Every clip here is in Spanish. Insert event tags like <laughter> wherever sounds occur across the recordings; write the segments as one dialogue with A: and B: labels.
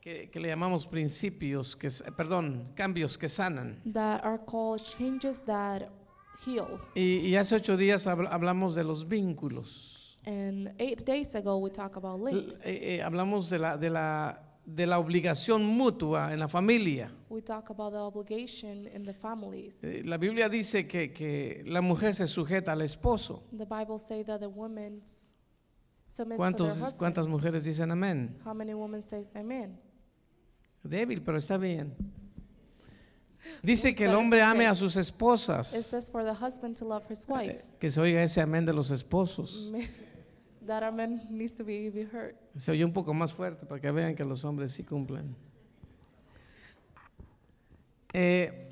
A: que, que le llamamos principios, que, s- perdón, cambios que sanan.
B: that are called changes that heal.
A: Y, y hace ocho días habl- hablamos de los vínculos.
B: And eight days ago, we talked about
A: L-
B: links.
A: eh, eh, hablamos de la, de, la, de la obligación mutua en la familia.
B: We talk about the obligation in the families.
A: Eh, La Biblia dice que, que la mujer se sujeta al esposo.
B: The Bible say that the women submit to their
A: ¿Cuántos,
B: husbands.
A: ¿Cuántas mujeres dicen amén?
B: How many women says amen?
A: Débil, pero está bien. Dice que el
B: Pero
A: hombre
B: está
A: ame
B: bien.
A: a sus
B: It
A: esposas.
B: says for the husband to love his wife.
A: Eh, Que se oiga ese amén de los esposos.
B: Men- <laughs> that amen needs to be, be heard.
A: Se oye un poco más fuerte para que vean que los hombres sí cumplen. Eh,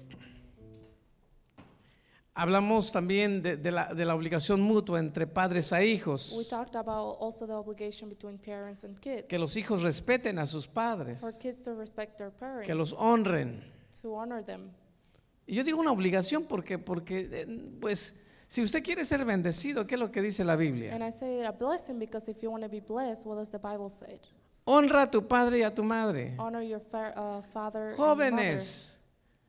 A: hablamos también de, de la, de la obligación mutua entre padres a
B: We
A: hijos.
B: talked about also the obligation between parents and kids.
A: Que los hijos respeten a sus padres.
B: For kids to respect their parents,
A: Que los honren.
B: to honor them.
A: Y yo digo una obligación porque, porque eh, pues, si usted quiere ser bendecido, ¿qué es lo que dice la Biblia?
B: And I say it a blessing because if you want to be blessed, what does the Bible say?
A: Honra a tu padre y a tu madre.
B: Honor your fa- uh, father and mother.
A: Jóvenes,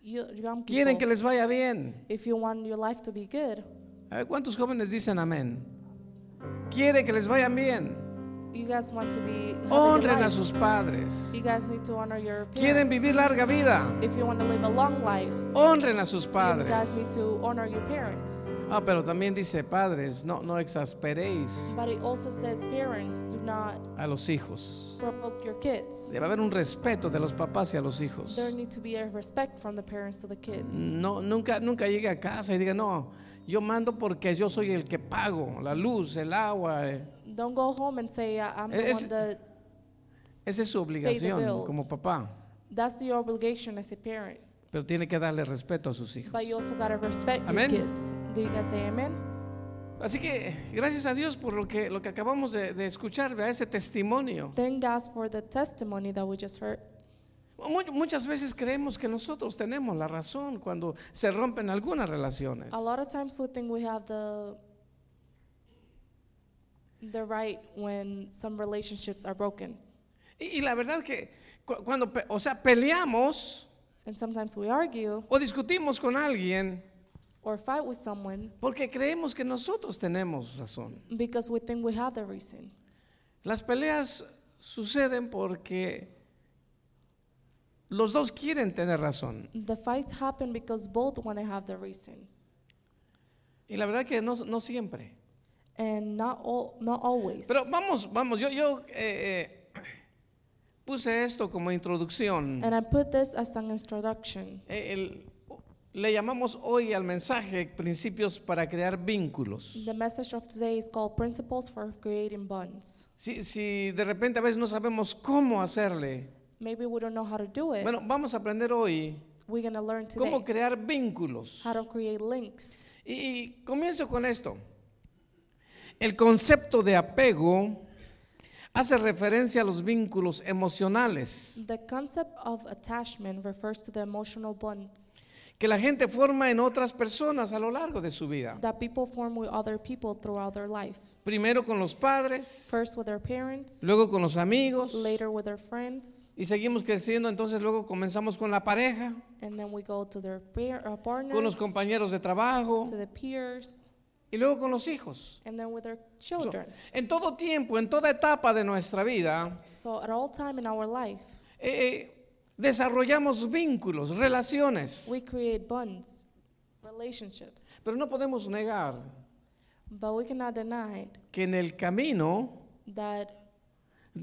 B: You, young
A: quieren
B: people,
A: que les vaya bien.
B: if you want your life to be good,
A: A ver, ¿cuántos jóvenes dicen amén? Quiere que les vaya bien.
B: you guys want to be have a good
A: Honren a
B: life.
A: sus padres.
B: You guys need to honor your
A: Quieren
B: parents.
A: vivir larga vida.
B: If you want to live a long life,
A: Honren a sus
B: you guys need
A: padres.
B: to honor your parents.
A: Ah, pero también dice padres, no, no exasperéis
B: But it also says parents do not
A: a los hijos.
B: provoke your kids.
A: Debe haber un respeto de los papás y a los hijos.
B: There need to be a respect from the parents to the kids.
A: No, nunca, nunca llegue a casa y diga, no, yo mando porque yo soy el que pago la luz, el agua. eh".
B: Don't go home and say "I- I'm the
A: Es-
B: one that.
A: Esa es su obligación
B: bills.
A: como papá,
B: That's your obligation as a parent.
A: pero tiene que darle respeto a sus hijos.
B: But you also gotta respect
A: Amen.
B: your kids. Do you guys say amen?
A: Así que gracias a Dios por lo que, lo que acabamos de, de escuchar, ¿verdad? ese testimonio.
B: Thank God for the testimony that we just heard.
A: Mu- muchas veces creemos que nosotros tenemos la razón cuando se rompen algunas relaciones.
B: A lot of times we think we have the the right when some relationships are broken.
A: Y, y la verdad que cu- cuando, pe- o sea, peleamos
B: And sometimes we argue
A: o discutimos con alguien
B: or fight with someone
A: porque creemos que nosotros tenemos razón.
B: because we think we have the reason.
A: Las peleas suceden porque los dos quieren tener razón.
B: The fights happen because both want to have the reason.
A: Y la verdad que no, no siempre.
B: And not all not always.
A: Pero vamos, vamos, yo, yo eh, eh, puse esto como introducción.
B: and I put this as an introduction.
A: Eh, el- le llamamos hoy al mensaje principios para crear vínculos.
B: The message of today is called Principles for Creating Bonds.
A: Si, si de repente a veces no sabemos cómo hacerle,
B: Maybe we don't know how to do it.
A: bueno, vamos a aprender hoy
B: We're going to learn Eh, today
A: cómo crear vínculos.
B: how to create links.
A: Y, y comienzo con esto. El concepto de apego hace referencia a los vínculos emocionales
B: The concept of attachment refers to the emotional bonds
A: que la gente forma en otras personas a lo largo de su vida.
B: that people form with other people throughout their life.
A: Primero con los padres,
B: First with their parents,
A: luego con los amigos
B: later with their friends,
A: y seguimos creciendo, entonces luego comenzamos con la pareja,
B: and then we go to their peer, uh,
A: con los
B: partners,
A: compañeros de trabajo
B: to the peers,
A: y luego con los hijos.
B: and then with their
A: So, eh,
B: children.
A: en todo tiempo, en toda etapa de nuestra vida,
B: So at all time in our life,
A: eh, desarrollamos vínculos, relaciones.
B: we create bonds, relationships.
A: Pero no podemos negar
B: But we cannot deny
A: que en el camino
B: that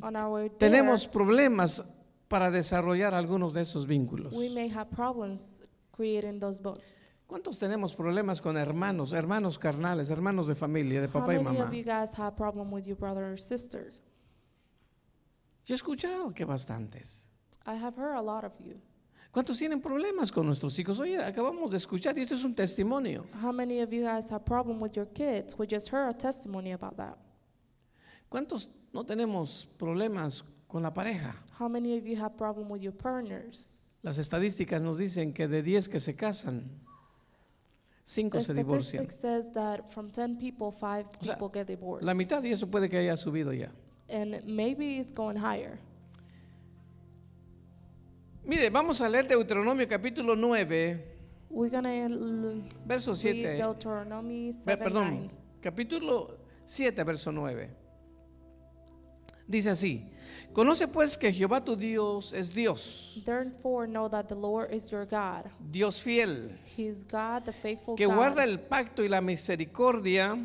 B: on our way there,
A: tenemos problemas para desarrollar algunos de esos vínculos.
B: we may have problems creating those bonds.
A: ¿Cuántos tenemos problemas con hermanos, hermanos carnales, hermanos de familia, de
B: How
A: papá y
B: many
A: mamá?
B: of you guys have problem with your brother or sister?
A: Yo he escuchado que bastantes.
B: I have heard a lot of you.
A: ¿Cuántos tienen problemas con nuestros hijos? Oye, acabamos de escuchar y esto es un testimonio.
B: How many of you guys have problem with your kids? We just heard a testimony about that.
A: ¿Cuántos no tenemos problemas con la pareja?
B: How many of you have problem with your partners?
A: Las estadísticas nos dicen que de 10 que se casan, 5
B: The
A: se divorcian.
B: statistic says that from 10 people, 5
A: O sea,
B: people get divorced.
A: La mitad y eso puede que haya subido ya.
B: And maybe it's going higher.
A: Mire, vamos a leer Deuteronomio capítulo 9,
B: We're gonna l-
A: verso
B: read
A: 7.
B: Deuteronomy
A: Ve-
B: 7,
A: perdón,
B: 9.
A: capítulo 7, verso 9. Dice así, conoce pues que Jehová tu Dios es Dios,
B: Therefore know that the Lord is your God.
A: Dios fiel,
B: He is God, the faithful
A: que
B: God,
A: guarda el pacto y la misericordia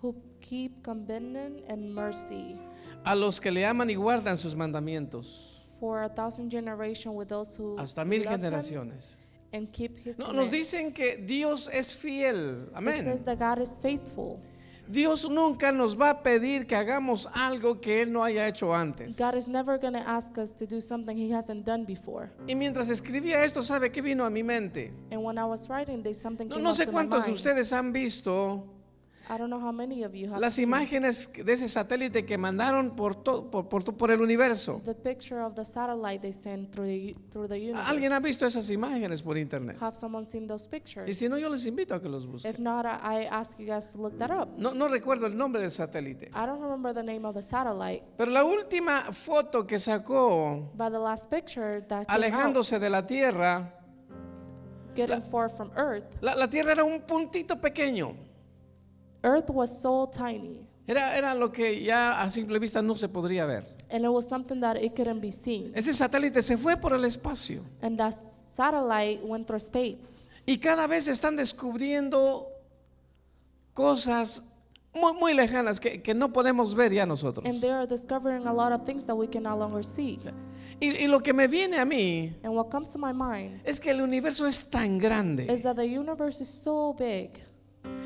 B: who keep covenant and mercy
A: a los que le aman y guardan sus mandamientos,
B: for a thousand generations with those who
A: hasta mil
B: love him
A: generaciones.
B: and keep his
A: No, nos
B: commands.
A: dicen que Dios es fiel,
B: It says
A: amén.
B: that God is faithful.
A: Dios nunca nos va a pedir que hagamos algo que Él no haya hecho antes.
B: God is never going to ask us to do something he hasn't done before.
A: Y mientras escribía esto, ¿sabe qué vino a mi mente?
B: And when I was writing this, something
A: No,
B: came
A: no
B: up
A: sé
B: to my
A: cuántos de
B: mind.
A: ustedes han visto
B: I don't know how many of you have
A: las
B: seen
A: imágenes de ese satélite que mandaron por, to- por, por to- por el universo.
B: the picture of the satellite they send through the, u- through the universe.
A: ¿Alguien ha visto esas imágenes por internet?
B: Have someone seen those
A: Y
B: pictures?
A: si no, yo les invito a que los busquen.
B: If not, I, I ask you guys to look that up.
A: No, no recuerdo el nombre del satélite.
B: I don't remember the name of the satellite,
A: Pero la última foto que sacó
B: but the last picture that came out,
A: alejándose de la Tierra,
B: getting far from Earth,
A: la, la Tierra era un puntito pequeño.
B: Earth was so tiny,
A: Era, era lo que ya a simple vista no se podría ver.
B: and it was something that it couldn't be seen.
A: Ese satélite se fue por el espacio.
B: And that satellite went through space.
A: Y cada vez están descubriendo cosas muy, muy lejanas que, que no podemos ver ya nosotros.
B: And they are discovering a lot of things that we can no longer see.
A: Y, y lo que me viene a mí
B: And what comes to my mind
A: es que el universo es tan grande.
B: is that the universe is so big.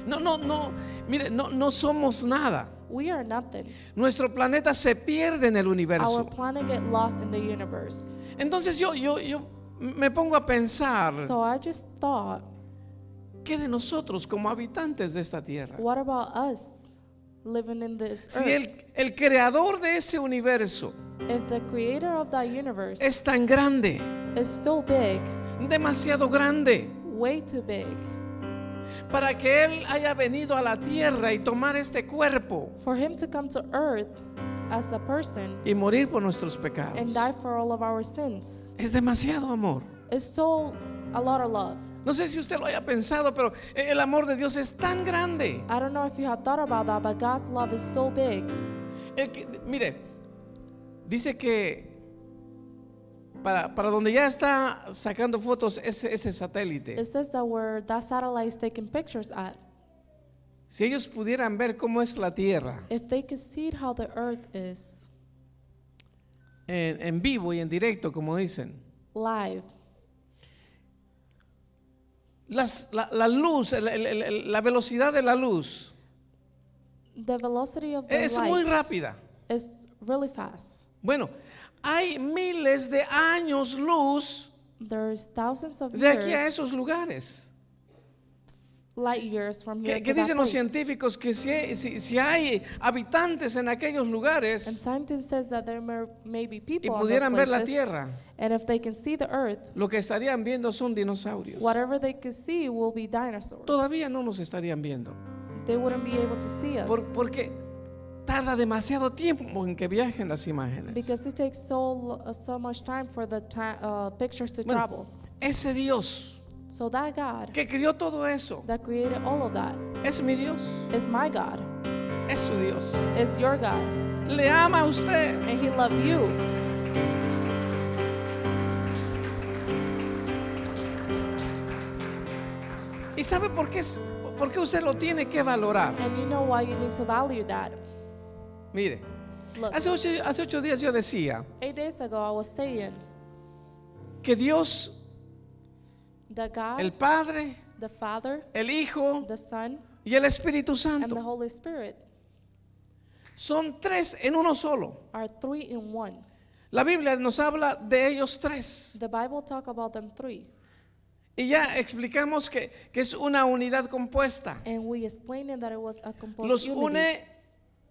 A: No, no, no, mire, no, no somos nada.
B: We are nothing.
A: Nuestro planeta se pierde en el
B: Our
A: universo.
B: planet get lost in the universe.
A: Entonces yo, yo, yo me pongo a pensar,
B: So I just thought,
A: ¿qué de nosotros como habitantes de esta tierra?
B: what about us living in this
A: Si
B: earth?
A: el, el creador de ese universo
B: If the creator of that universe
A: es tan grande,
B: is so big,
A: demasiado grande,
B: way too big,
A: para que Él haya venido a la tierra y tomar este cuerpo
B: for him to come to earth as a person
A: y morir por nuestros
B: and
A: pecados.
B: die for all of our sins
A: Es demasiado amor.
B: is so a lot of love.
A: No sé si usted lo haya pensado, pero el amor de Dios es tan grande.
B: I don't know if you have thought about that, but God's love is so big.
A: El que- mire, dice que para, para donde ya está sacando fotos ese, ese satélite,
B: It says that where that satellite is taking pictures at,
A: si ellos pudieran ver cómo es la tierra
B: if they could see how the earth is
A: en, en vivo y en directo, como dicen,
B: live,
A: las- la, la luz, el- el- el- la velocidad de la luz
B: the velocity of the
A: es
B: light
A: muy rápida.
B: is really fast.
A: Bueno, hay miles de años luz
B: There's thousands of
A: de aquí a
B: years,
A: esos lugares.
B: light years from here
A: Que,
B: to
A: que
B: that
A: dicen los
B: place.
A: científicos que si, si- si hay habitantes en aquellos
B: And
A: lugares
B: scientists says that there may, may be
A: y
B: people on those
A: pudieran ver la
B: places,
A: Tierra,
B: and if they can see the earth,
A: lo que estarían viendo son dinosaurios.
B: whatever they could see will be dinosaurs.
A: Todavía no nos estarían viendo.
B: They wouldn't be able to see us.
A: Por- porque tarda demasiado tiempo en que viajen las imágenes.
B: Because it takes so lo- uh, so much time for the ti- uh, pictures to
A: Bueno.
B: travel.
A: Ese Dios
B: So that God
A: que crió todo eso
B: that created all of that
A: es mi Dios,
B: is my God,
A: es su Dios.
B: is your God,
A: Le ama a usted.
B: and He loved you.
A: ¿Y sabe por qué, es- por qué usted lo tiene que valorar?
B: And you know why you need to value that.
A: Mire,
B: Look,
A: hace ocho, hace ocho días yo decía
B: eight days ago I was saying
A: que Dios,
B: that God,
A: el Padre,
B: the Father,
A: el Hijo
B: the Son,
A: y el Espíritu
B: and the
A: Santo
B: Holy Spirit
A: son tres en uno solo.
B: are three in one.
A: La Biblia nos habla de ellos tres.
B: The Bible talk about them three,
A: Y ya explicamos que, que es una unidad compuesta.
B: and we explained that it was a composed
A: Los
B: unity.
A: une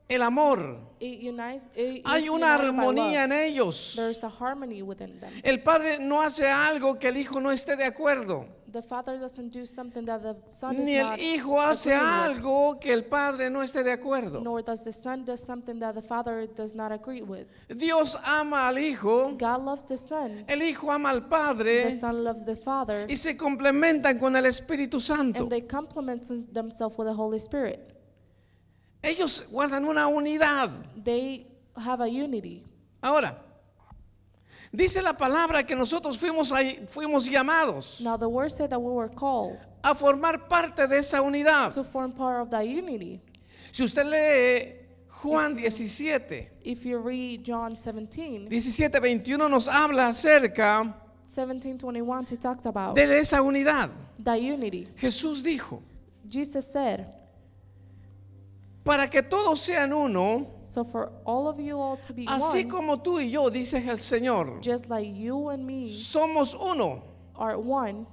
A: el amor.
B: It unites. It is
A: Hay una
B: united by
A: armonía en
B: love.
A: ellos.
B: There is a harmony within them.
A: El padre no hace algo que el hijo no esté de acuerdo.
B: The father doesn't do something that the son is
A: Ni
B: not
A: el hijo hace
B: agreeing with,
A: algo que el padre no esté de acuerdo.
B: nor does the son do something that the father does not agree with.
A: Dios ama al hijo,
B: God loves the son.
A: el hijo ama al
B: The
A: padre
B: son loves the father,
A: Eh, y se complementan con el Espíritu Santo.
B: and they complement s- themselves with the Holy Spirit.
A: Ellos guardan una unidad.
B: They have a unity.
A: Ahora, dice la palabra que nosotros fuimos, ahí- fuimos llamados
B: Now the word said that we were called
A: a formar parte de esa unidad.
B: to form part of that unity.
A: Si usted lee Juan 17,
B: If you read John 17,
A: 17, 21 nos habla acerca
B: 17, 21, he talks about
A: de esa unidad.
B: that unity.
A: Jesús dijo,
B: Jesus said,
A: para que todos sean uno,
B: So for all of you all to be
A: así
B: one,
A: como tú y yo, dice el Señor,
B: just like you and me
A: somos uno,
B: are one,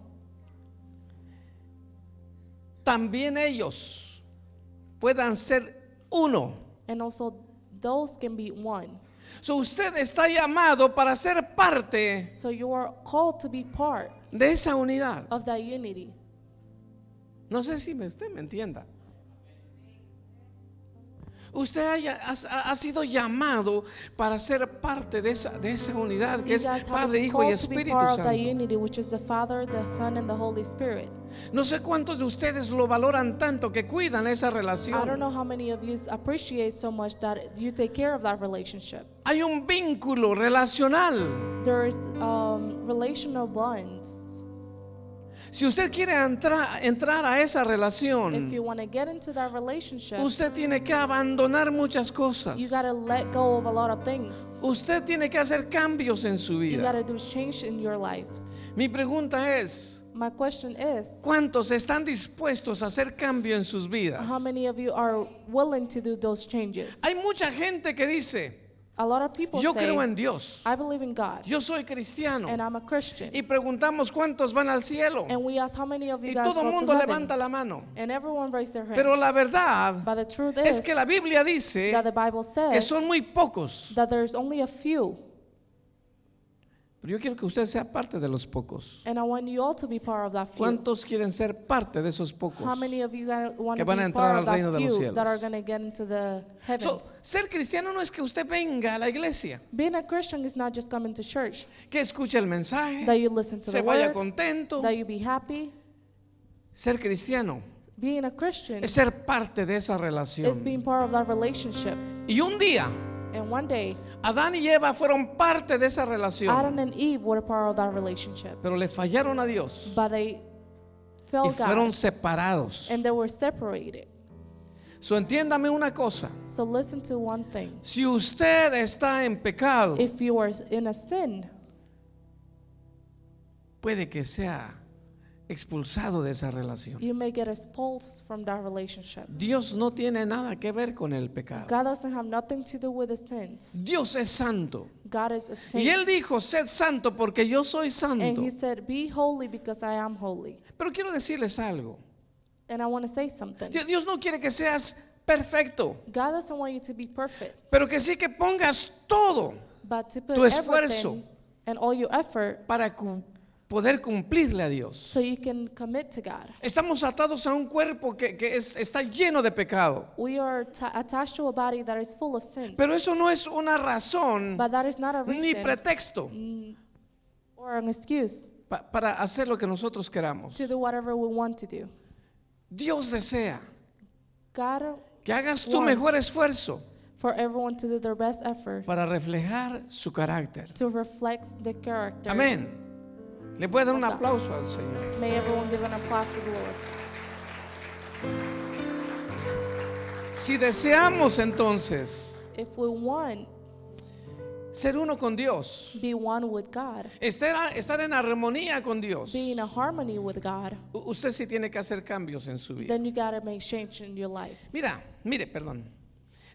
A: también ellos puedan ser uno.
B: and also those can be one.
A: So usted está llamado para ser parte
B: So you are called to be part
A: de esa unidad.
B: of that unity.
A: No sé si me, usted me entienda. Usted haya- ha, ha sido llamado para ser parte de esa, de esa unidad que
B: You
A: es
B: guys have
A: Padre,
B: been
A: Hijo y
B: called to be
A: Espíritu
B: part of that
A: Santo.
B: unity, which is the Father, the Son, and the Holy Spirit.
A: No sé cuántos de ustedes lo valoran tanto que cuidan esa
B: I don't
A: relación.
B: know how many of you appreciate so much that you take care of that relationship.
A: Hay un vínculo relacional.
B: There's um, relational bonds.
A: Si usted quiere entra- entrar a esa
B: If
A: relación,
B: you want to get into that relationship,
A: usted tiene que abandonar muchas cosas.
B: you gotta let go of a lot of things.
A: Usted tiene que hacer cambios en su
B: You
A: vida.
B: gotta do change in your lives.
A: Mi pregunta es,
B: My question is,
A: ¿Cuántos están dispuestos a hacer cambio en sus vidas?
B: how many of you are willing to do those changes?
A: Hay mucha gente que dice,
B: A lot of people
A: yo
B: say,
A: creo en Dios,
B: I believe in God,
A: yo soy cristiano.
B: and I'm a Christian.
A: Y preguntamos cuántos van al cielo.
B: and we ask how many of you
A: Y
B: guys
A: todo
B: go
A: el
B: to
A: mundo
B: heaven?
A: levanta la mano.
B: And everyone raised their hand.
A: Pero la verdad
B: but the truth
A: es
B: is
A: que la Biblia dice
B: that the Bible
A: que
B: says
A: son muy pocos.
B: that there's only a few,
A: Pero yo quiero que usted sea parte de los pocos.
B: and I want you all to be part of that few.
A: ¿Cuántos quieren ser parte de esos pocos?
B: How many of you want
A: que
B: to
A: van a
B: be
A: entrar
B: part
A: al
B: of that
A: reino de los
B: few
A: cielos?
B: that are going to get into
A: So,
B: the heavens?
A: ser cristiano no es que usted venga a la iglesia,
B: Being a Christian is not just coming to church,
A: que escuche el
B: that
A: mensaje,
B: you listen to
A: se
B: the
A: vaya
B: word,
A: contento.
B: that you be happy.
A: Ser cristiano
B: Being a Christian
A: es ser parte de esa
B: is being
A: relación.
B: part of that relationship.
A: Y un día,
B: And one day,
A: Adán y Eva fueron parte de esa relación,
B: Adam and Eve were part of that relationship,
A: pero le fallaron a Dios
B: but they
A: y
B: fell
A: fueron
B: God,
A: separados.
B: and they were separated.
A: So entiéndame una cosa,
B: So listen to one thing:
A: si usted está en pecado,
B: if you are in a sin,
A: puede que sea expulsado de esa relación.
B: you may get expulsed from that relationship.
A: Dios no tiene nada que ver con el pecado.
B: God doesn't have nothing to do with the sins.
A: Dios es santo.
B: God is a
A: Y él
B: saint,
A: dijo, sed santo porque yo soy
B: and
A: santo.
B: He said, "Be holy because I am holy."
A: Pero quiero decirles algo.
B: And I want to say something.
A: Dios- Dios no quiere que seas perfecto.
B: God doesn't want you to be perfect,
A: pero que sí que pongas todo
B: but to put
A: Tu esfuerzo.
B: everything and all your effort
A: para cu- poder cumplirle a Dios.
B: so you can commit to God.
A: Estamos atados a un cuerpo que, que es- está lleno de pecado,
B: We are ta- attached to a body that is full of sin,
A: pero eso no es una razón
B: but that is not a
A: ni
B: reason
A: pretexto
B: or an excuse
A: pa- para hacer lo que nosotros queramos.
B: to do whatever we want to do.
A: Dios desea
B: God
A: que hagas tu
B: Wants.
A: mejor esfuerzo
B: for everyone to do their best effort
A: para reflejar su carácter.
B: to reflect the character.
A: Amén. Le voy a dar un aplauso al Señor.
B: May everyone give an applause to the Lord.
A: Si deseamos entonces
B: If we want,
A: ser uno con Dios,
B: be one with God,
A: estar, estar en armonía con Dios,
B: be in a harmony with God,
A: U- Usted sí tiene que hacer cambios en su vida.
B: then you gotta make change in your life.
A: Mira, mire, perdón.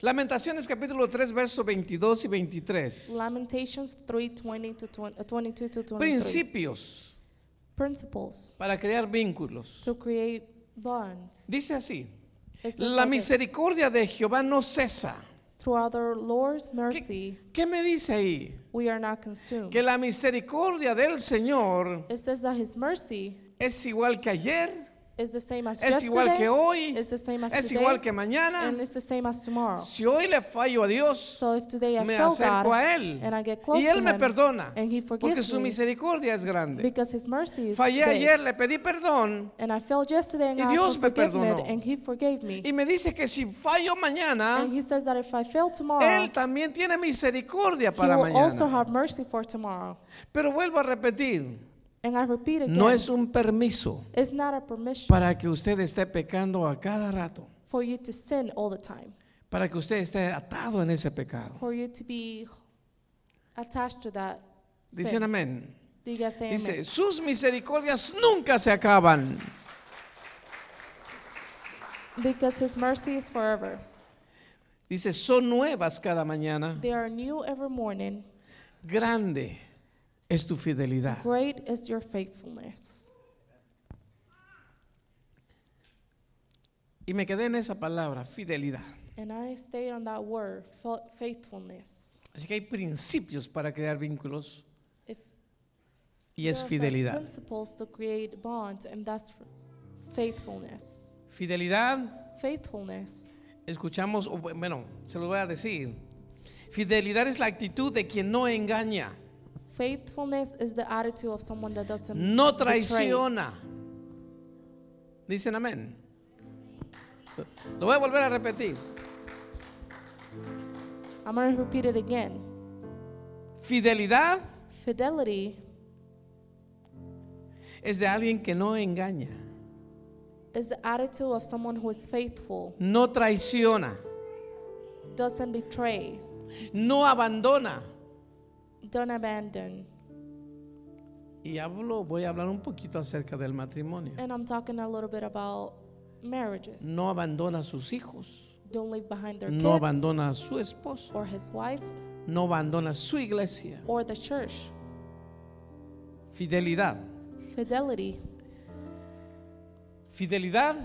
A: Lamentaciones capítulo 3, versos 22 y 23.
B: Lamentations 3 20 to 20, uh, 22 to 23.
A: Principios
B: Principles
A: para crear vínculos.
B: to create bonds.
A: Dice así,
B: It says
A: La
B: like this,
A: misericordia de Jehová no cesa.
B: Through our Lord's mercy,
A: ¿Qué, qué me dice ahí?
B: we are not consumed.
A: Que la misericordia del Señor
B: It says that His mercy
A: es igual que ayer,
B: is the same as
A: es igual
B: yesterday,
A: que hoy,
B: is the same as
A: es
B: today,
A: igual que mañana.
B: and it's the same as tomorrow.
A: Si hoy le fallo a Dios,
B: So if today I
A: me
B: fail God,
A: acerco a Él
B: and I get close
A: y
B: to
A: Él
B: Him,
A: me perdona
B: and He
A: porque
B: forgives
A: su
B: me,
A: misericordia es grande.
B: because His mercy is
A: Fallé
B: big.
A: ayer, le pedí perdón
B: And I failed yesterday and
A: Y
B: I
A: Dios
B: asked for
A: me
B: forgiveness,
A: perdonó.
B: and He forgave me.
A: y me dice que si fallo mañana,
B: and He says that if I fail tomorrow,
A: Él también tiene misericordia
B: He
A: para
B: will also
A: mañana.
B: have mercy for tomorrow.
A: Pero vuelvo a repetir,
B: And I repeat again,
A: no es un permiso
B: it's not a permission
A: para que usted esté pecando a cada rato,
B: for you to sin all the time,
A: para que usted esté atado en ese pecado.
B: for you to be attached to that
A: Dicen
B: sin.
A: amén.
B: Do you guys say amen?
A: Dice, sus misericordias nunca se acaban.
B: Because His mercy is forever.
A: Dice, son nuevas cada mañana.
B: They are new every morning.
A: Grande es tu fidelidad.
B: Great is your faithfulness.
A: Y me quedé en esa palabra, fidelidad.
B: And I stayed on that word, fa- faithfulness.
A: Así que hay principios para crear vínculos
B: If
A: y es
B: there are some
A: fidelidad.
B: Principles to create bonds, and that's faithfulness.
A: Fidelidad,
B: Faithfulness.
A: escuchamos, o bu- bueno, se lo voy a decir. Fidelidad es la actitud de quien no engaña,
B: Faithfulness is the attitude of someone that doesn't
A: no
B: betray.
A: traiciona. Dicen amén. Lo voy a volver a repetir.
B: I'm gonna repeat it again.
A: Fidelidad
B: Fidelity
A: es de alguien que no engaña,
B: is the attitude of someone who is faithful,
A: no traiciona,
B: doesn't betray,
A: no abandona.
B: don't abandon.
A: Y hablo, voy a hablar un poquito acerca del matrimonio.
B: And I'm talking a little bit about marriages.
A: No abandona a sus hijos,
B: Don't leave behind their
A: no
B: kids
A: abandona a su esposo,
B: or his wife
A: no abandona su iglesia.
B: or the church.
A: Fidelidad.
B: Fidelity
A: Fidelidad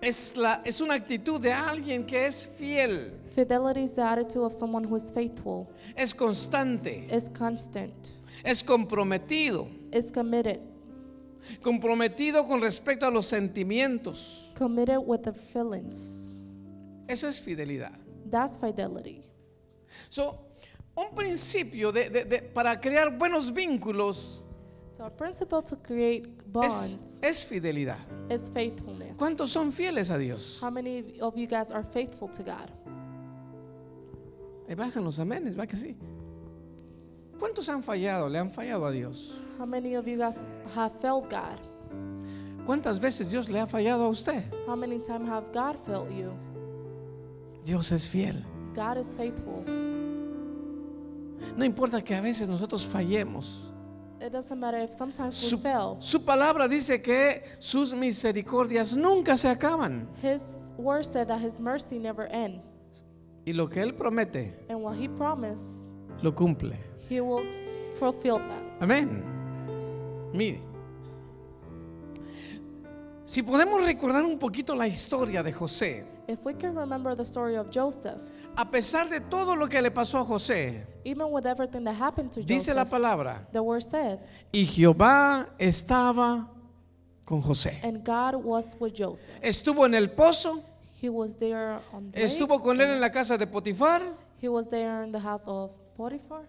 A: es, la, es una actitud de alguien que es fiel,
B: Fidelity is the attitude of someone who is faithful,
A: es constante,
B: is constant,
A: es comprometido,
B: is committed,
A: comprometido con respecto a los sentimientos.
B: committed with the feelings.
A: Eso es fidelidad.
B: That's fidelity.
A: So, un principio de- de- de- para crear buenos vínculos
B: So a principle to create
A: es,
B: bonds
A: es fidelidad.
B: is faithfulness.
A: ¿Cuántos son fieles a Dios?
B: How many of you guys are faithful to God?
A: Ahí bajan los amenes, va que sí. ¿Cuántos han fallado? Le han fallado a Dios.
B: How many of you have, have failed God?
A: ¿Cuántas veces Dios le ha fallado a usted?
B: How many times have God failed you?
A: Dios es fiel.
B: God is faithful.
A: No importa que a veces nosotros fallemos.
B: It doesn't matter if sometimes we
A: Su,
B: fail.
A: su palabra dice que sus misericordias nunca se acaban.
B: His word said that His mercy never ends,
A: Y lo que Él promete,
B: and what He promised,
A: lo cumple.
B: He will fulfill that.
A: Amén. Mire. Si podemos recordar un poquito la historia de José,
B: If we can remember the story of Joseph,
A: a pesar de todo lo que le pasó a José,
B: even with everything that happened to
A: dice la
B: Joseph,
A: palabra
B: the word says,
A: Y Jehová estaba con José.
B: and God was with Joseph.
A: Estuvo en el pozo,
B: He was there on the
A: estuvo
B: lake,
A: con él en la casa de Potifar,
B: He was there in the house of Potiphar.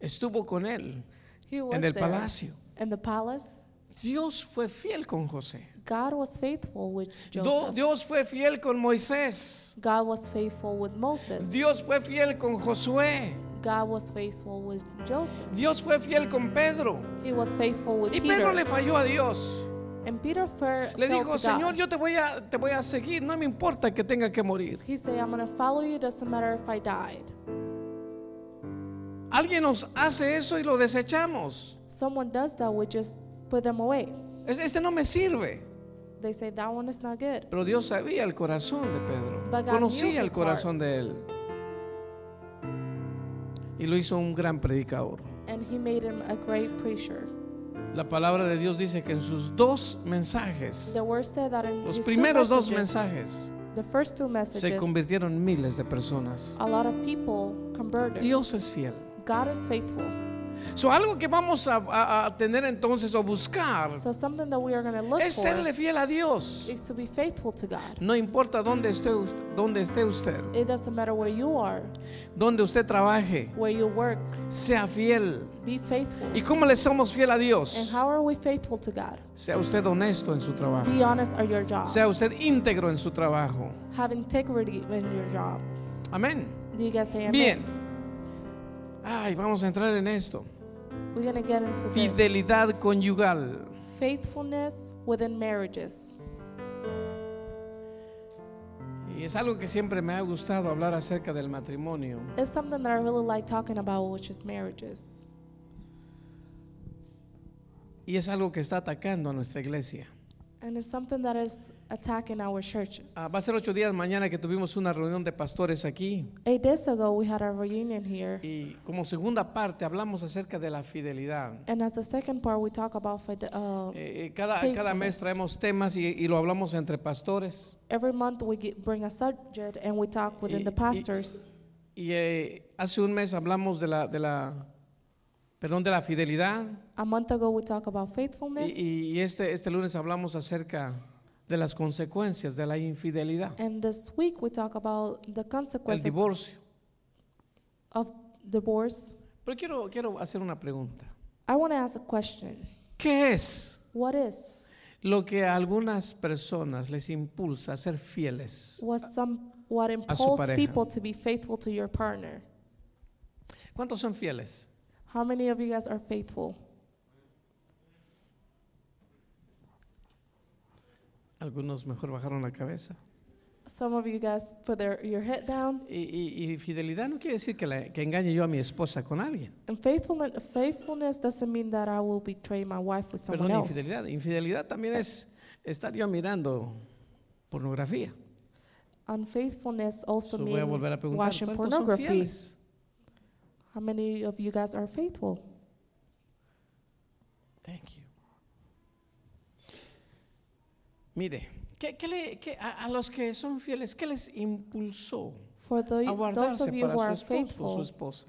A: estuvo con él.
B: He was
A: el
B: there
A: palacio.
B: in the palace.
A: Dios fue fiel con José.
B: God was faithful with
A: Do-
B: Joseph.
A: Dios fue fiel con Moisés.
B: God was faithful with Moses.
A: Dios fue fiel con Josué.
B: God was faithful with Joseph.
A: Dios fue fiel con Pedro.
B: He was faithful with
A: Y
B: Peter.
A: Pedro le falló a Dios.
B: and Peter fer-
A: Le
B: fell to
A: dijo, Señor,
B: God.
A: yo te voy a, te voy a seguir, no me importa que tenga que morir.
B: He said, I'm going to follow you, doesn't matter if I died.
A: Alguien nos hace eso y lo desechamos.
B: Someone does that, we just put them away.
A: Es- Este no me sirve.
B: They say that one is not good.
A: Pero Dios sabía el corazón de
B: But God
A: Pedro.
B: knew
A: Conocía el
B: his
A: corazón de él. Y lo hizo un gran predicador.
B: And he made him a great preacher.
A: La palabra de Dios dice que en sus dos mensajes,
B: The word said that in
A: los
B: these two
A: primeros dos
B: messages,
A: mensajes,
B: the first two
A: se
B: messages,
A: convirtieron miles de personas.
B: a lot of people converted.
A: Dios es fiel.
B: God is faithful.
A: So, algo que vamos a, a- a tener entonces o buscar
B: So something that we are going to look
A: es serle
B: for
A: fiel a Dios.
B: is to be faithful to God.
A: No importa dónde esté, us- dónde esté usted,
B: It doesn't matter where you are,
A: dónde usted trabaje,
B: where you work.
A: sea fiel.
B: Be faithful.
A: ¿Y cómo le somos fiel a
B: And
A: Dios?
B: how are we faithful to God?
A: Sea usted honesto en su trabajo.
B: Be honest at your job.
A: Sea usted íntegro en su trabajo.
B: Have integrity in your job.
A: Amén.
B: Do you guys say amen?
A: Bien. Ay, vamos a entrar en esto.
B: We're going to get into this.
A: Fidelidad conyugal.
B: Faithfulness within marriages.
A: Y es algo que siempre me ha gustado hablar acerca del matrimonio.
B: It's something that I really like talking about, which is marriages.
A: Y es algo que está atacando a nuestra iglesia.
B: And it's something that is attacking our churches.
A: Ah, va a ser ocho días mañana que tuvimos una reunión de pastores aquí.
B: Eight days ago, we had a reunion here.
A: Y como segunda parte hablamos acerca de la fidelidad.
B: And as the second part, we talk about fide- uh,
A: Eh, eh, cada, cada mes traemos temas y, y lo hablamos entre pastores.
B: every month we get, bring a subject and we talk within
A: Y-
B: the
A: y-
B: pastors.
A: Y eh, hace un mes hablamos de la, de la, perdón, de la fidelidad.
B: A month ago, we talk
A: eh,
B: about
A: Y,
B: faithfulness.
A: y- y este, este lunes hablamos acerca de las consecuencias de la infidelidad,
B: And this week, we talk about the
A: el
B: consequences
A: divorcio.
B: of divorce.
A: Pero quiero, quiero hacer una pregunta.
B: I want to ask a question.
A: ¿Qué es
B: What is
A: lo que a algunas personas les impulsa a ser fieles?
B: what some what impulses
A: pareja.
B: people to be faithful to your partner?
A: ¿Cuántos son fieles?
B: How many of you guys are faithful?
A: Algunos mejor bajaron la cabeza.
B: Some of you guys put their, your head down.
A: Y, y- y fidelidad no quiere decir que, la- que engañe yo a mi esposa con alguien.
B: And faithfulness, faithfulness doesn't mean that I will betray my wife with someone
A: Perdón,
B: else.
A: infidelidad. Infidelidad también es estar yo mirando pornografía.
B: Unfaithfulness also
A: So, voy a
B: means
A: volver a preguntar,
B: watching
A: ¿cuántos son
B: pornography.
A: fieles?
B: How many of you guys are faithful?
A: Thank you. Mire, ¿qué, qué le- qué- a, a los que son fieles, ¿qué les impulsó
B: For the,
A: a
B: those
A: guardarse
B: of you
A: para
B: who
A: su esposo
B: are
A: o su
B: faithful,
A: esposa?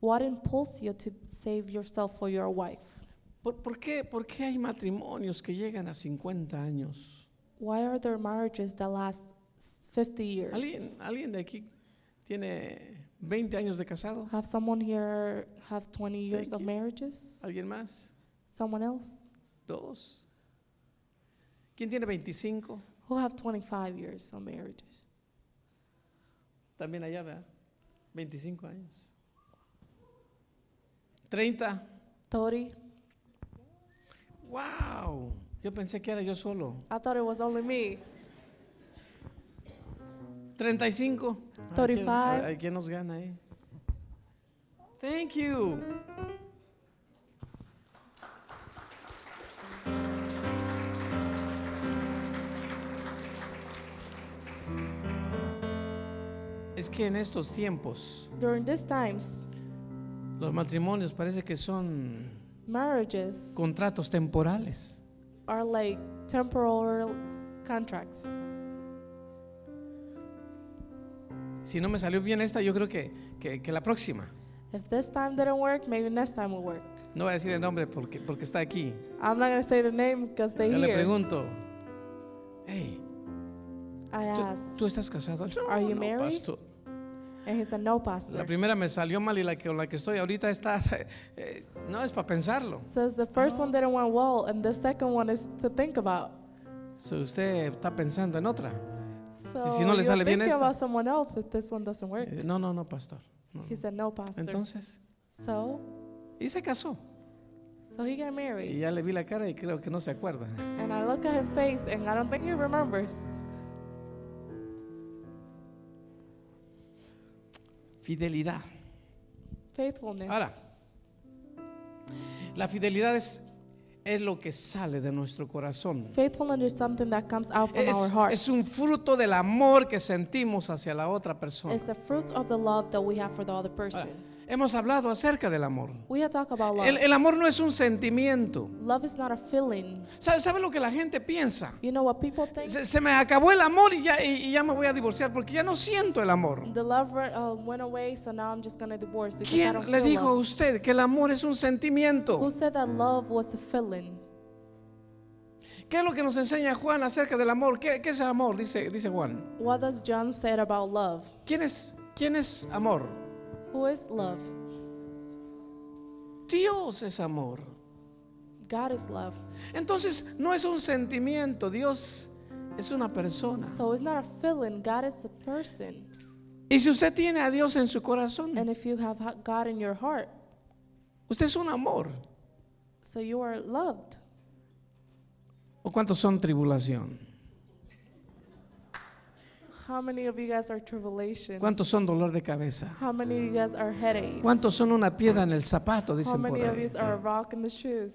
B: what impulses you to save yourself for your wife?
A: ¿Por, por qué, por qué hay matrimonios que llegan a 50 años?
B: Why are there marriages that last s- 50 years?
A: ¿Alguien, alguien de aquí tiene 20 años de casado?
B: Have someone here have 20 years
A: Thank
B: of
A: you.
B: marriages?
A: ¿Alguien más?
B: Someone else
A: ¿Dos? ¿Quién tiene 25?
B: who have 25 years of marriages?
A: También allá, ¿verdad? 25 años. ¿30?
B: 30.
A: Wow, yo pensé que era yo solo.
B: I thought it was only me.
A: 35. Ay, ¿quién-
B: 35.
A: ay, ay, ¿Quién nos gana eh? Thank you. Es que en estos tiempos
B: During these times,
A: los matrimonios parece que son
B: marriages
A: contratos temporales.
B: are like temporal contracts.
A: Si no me salió bien esta, yo creo que, que, que la próxima.
B: If this time didn't work, maybe next time will work.
A: No voy a decir el nombre porque, porque está aquí.
B: I'm not gonna say the name because they
A: Yo le
B: hear.
A: pregunto, hey,
B: I
A: ¿tú,
B: asked,
A: tú estás casado? No,
B: Are you
A: no,
B: married?
A: pastor.
B: and he said, "No,
A: La
B: pastor."
A: primera me salió mal y la que, con la que estoy ahorita está, <laughs> eh, no es para pensarlo.
B: Says the
A: Ah.
B: first one didn't went well, and the second one is to think about.
A: So, usted está pensando en otra.
B: So
A: si no le
B: you're
A: sale bien
B: thinking
A: esta?
B: about someone else if this one doesn't work.
A: Eh, no, no, no, pastor. no.
B: He said, "No, pastor."
A: Entonces,
B: so,
A: y se casó.
B: so he got married.
A: Y ya le vi la cara y creo que no se acuerda.
B: And I look at his face, and I don't think he remembers.
A: Fidelidad.
B: Faithfulness.
A: Ahora, la fidelidad es, es lo que sale de nuestro corazón.
B: Faithfulness is something that comes out from
A: Es,
B: our heart.
A: es un fruto del amor que sentimos hacia la otra persona.
B: It's the fruit of the love that we have for the other
A: Ahora,
B: person.
A: Hemos hablado acerca del amor.
B: We had talked about love.
A: El, el amor no es un sentimiento.
B: love is not a feeling.
A: ¿Sabe, sabe lo que la gente piensa?
B: You know what people think?
A: Se, se me acabó el amor y ya, y- y ya me voy a divorciar porque ya no siento el amor.
B: The love re- uh, went away, so now I'm just gonna divorce because I don't
A: ¿Quién le
B: feel
A: dijo a
B: love.
A: usted que el amor es un sentimiento?
B: Who said that love was a feeling?
A: ¿Qué es lo que nos enseña Juan acerca del amor? ¿Qué, qué es el amor? Dice, dice Juan.
B: What does John said about love?
A: ¿Quién es, ¿Quién es amor?
B: Who is love?
A: Dios es amor.
B: God is love.
A: Entonces no es un sentimiento, Dios es una persona.
B: So it's not a feeling. God is a person.
A: Y si usted tiene a Dios en su corazón,
B: And if you have ha- God in your heart,
A: usted es un amor.
B: so you are loved.
A: ¿O cuántos son tribulación?
B: How many of you guys are tribulation?
A: ¿Cuántos son dolor de cabeza?
B: How many of you guys are headaches?
A: ¿Cuántos son una piedra en el zapato?
B: How
A: Dicen por
B: many of you
A: ahí.
B: are a rock in the shoes?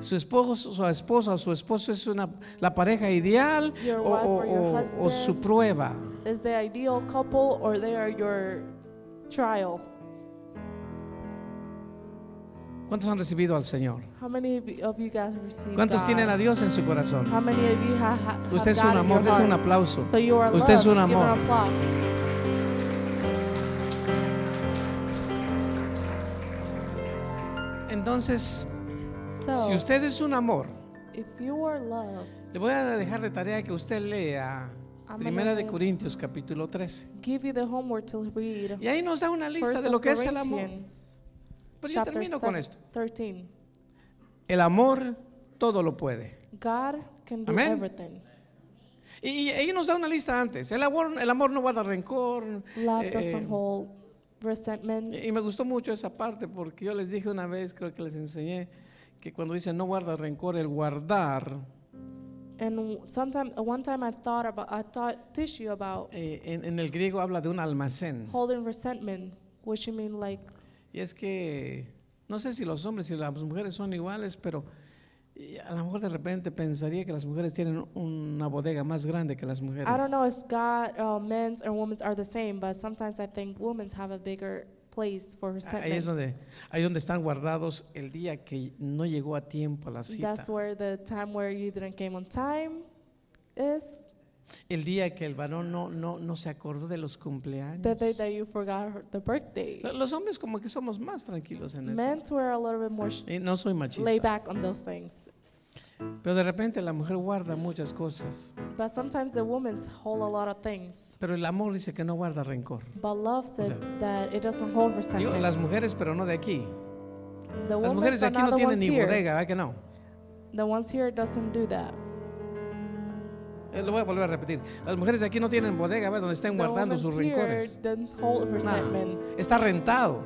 A: Su esposo, su esposa, su esposo es una, la pareja ideal
B: Your
A: o,
B: wife or your
A: o- o- o
B: husband.
A: su prueba.
B: Is the ideal couple or they are your trial?
A: ¿Cuántos han recibido al Señor?
B: How many of you- of you guys received
A: ¿Cuántos
B: God?
A: tienen a Dios en su corazón?
B: How many of you ha- ha- have
A: Usted es
B: God
A: un
B: in
A: amor,
B: your
A: es un
B: heart?
A: aplauso.
B: So you are
A: Usted
B: loved.
A: es un
B: Give
A: amor.
B: an applause.
A: Entonces,
B: So,
A: si usted es un amor,
B: if you are loved,
A: le voy a dejar de tarea que usted lea
B: gonna
A: Primera de
B: read.
A: Corintios capítulo 13.
B: give you the homework to read.
A: Y ahí nos da una lista
B: First
A: de lo
B: of
A: que es el amor.
B: Corinthians,
A: Pero yo
B: chapter
A: termino con
B: seven-
A: esto.
B: 13.
A: El amor todo lo puede.
B: God can do
A: Amén.
B: everything.
A: Y, y ahí nos da una lista antes. El amor, el amor no guarda rencor.
B: Love
A: eh,
B: doesn't hold resentment.
A: y me gustó mucho esa parte porque yo les dije una vez, creo que les enseñé, que cuando dice no guarda rencor, el guardar
B: And sometimes, one time I thought about, I thought tissue about
A: eh, en, en el griego habla de un almacén.
B: holding resentment, which you mean like,
A: Y es que no sé si los hombres y las mujeres son iguales, pero eh, a lo mejor de repente pensaría que las mujeres tienen una bodega más grande que las mujeres.
B: I don't know if God, uh, men's and women's are the same, but sometimes I think women's have a bigger place for
A: Ahí es
B: resentment.
A: donde, ahí donde están guardados el día que no llegó a tiempo a la cita.
B: That's where the time where you didn't came on time is.
A: El día que el varón no, no, no se acordó de los cumpleaños.
B: The day that you forgot her- the birthday.
A: Lo- Los hombres como que somos más tranquilos en eso.
B: Men were a little bit more sh-
A: Y no soy
B: lay
A: machista.
B: back on those things.
A: Pero de repente la mujer guarda muchas cosas.
B: But sometimes the women's hold a lot of things.
A: Pero el amor dice que no guarda rencor.
B: But love says that it doesn't hold
A: Digo,
B: resentment.
A: las mujeres, pero no de aquí.
B: The
A: Las
B: women
A: mujeres de
B: are
A: aquí no
B: not the
A: tienen
B: ones
A: ni
B: here.
A: bodega, ¿verdad que no?
B: The ones here doesn't do that.
A: Eh, Lo voy a volver a repetir. Las mujeres de aquí no tienen bodega, ¿verdad? Donde estén
B: The
A: guardando sus
B: women's here
A: rencores.
B: don't hold
A: Nada.
B: resentment.
A: Está rentado.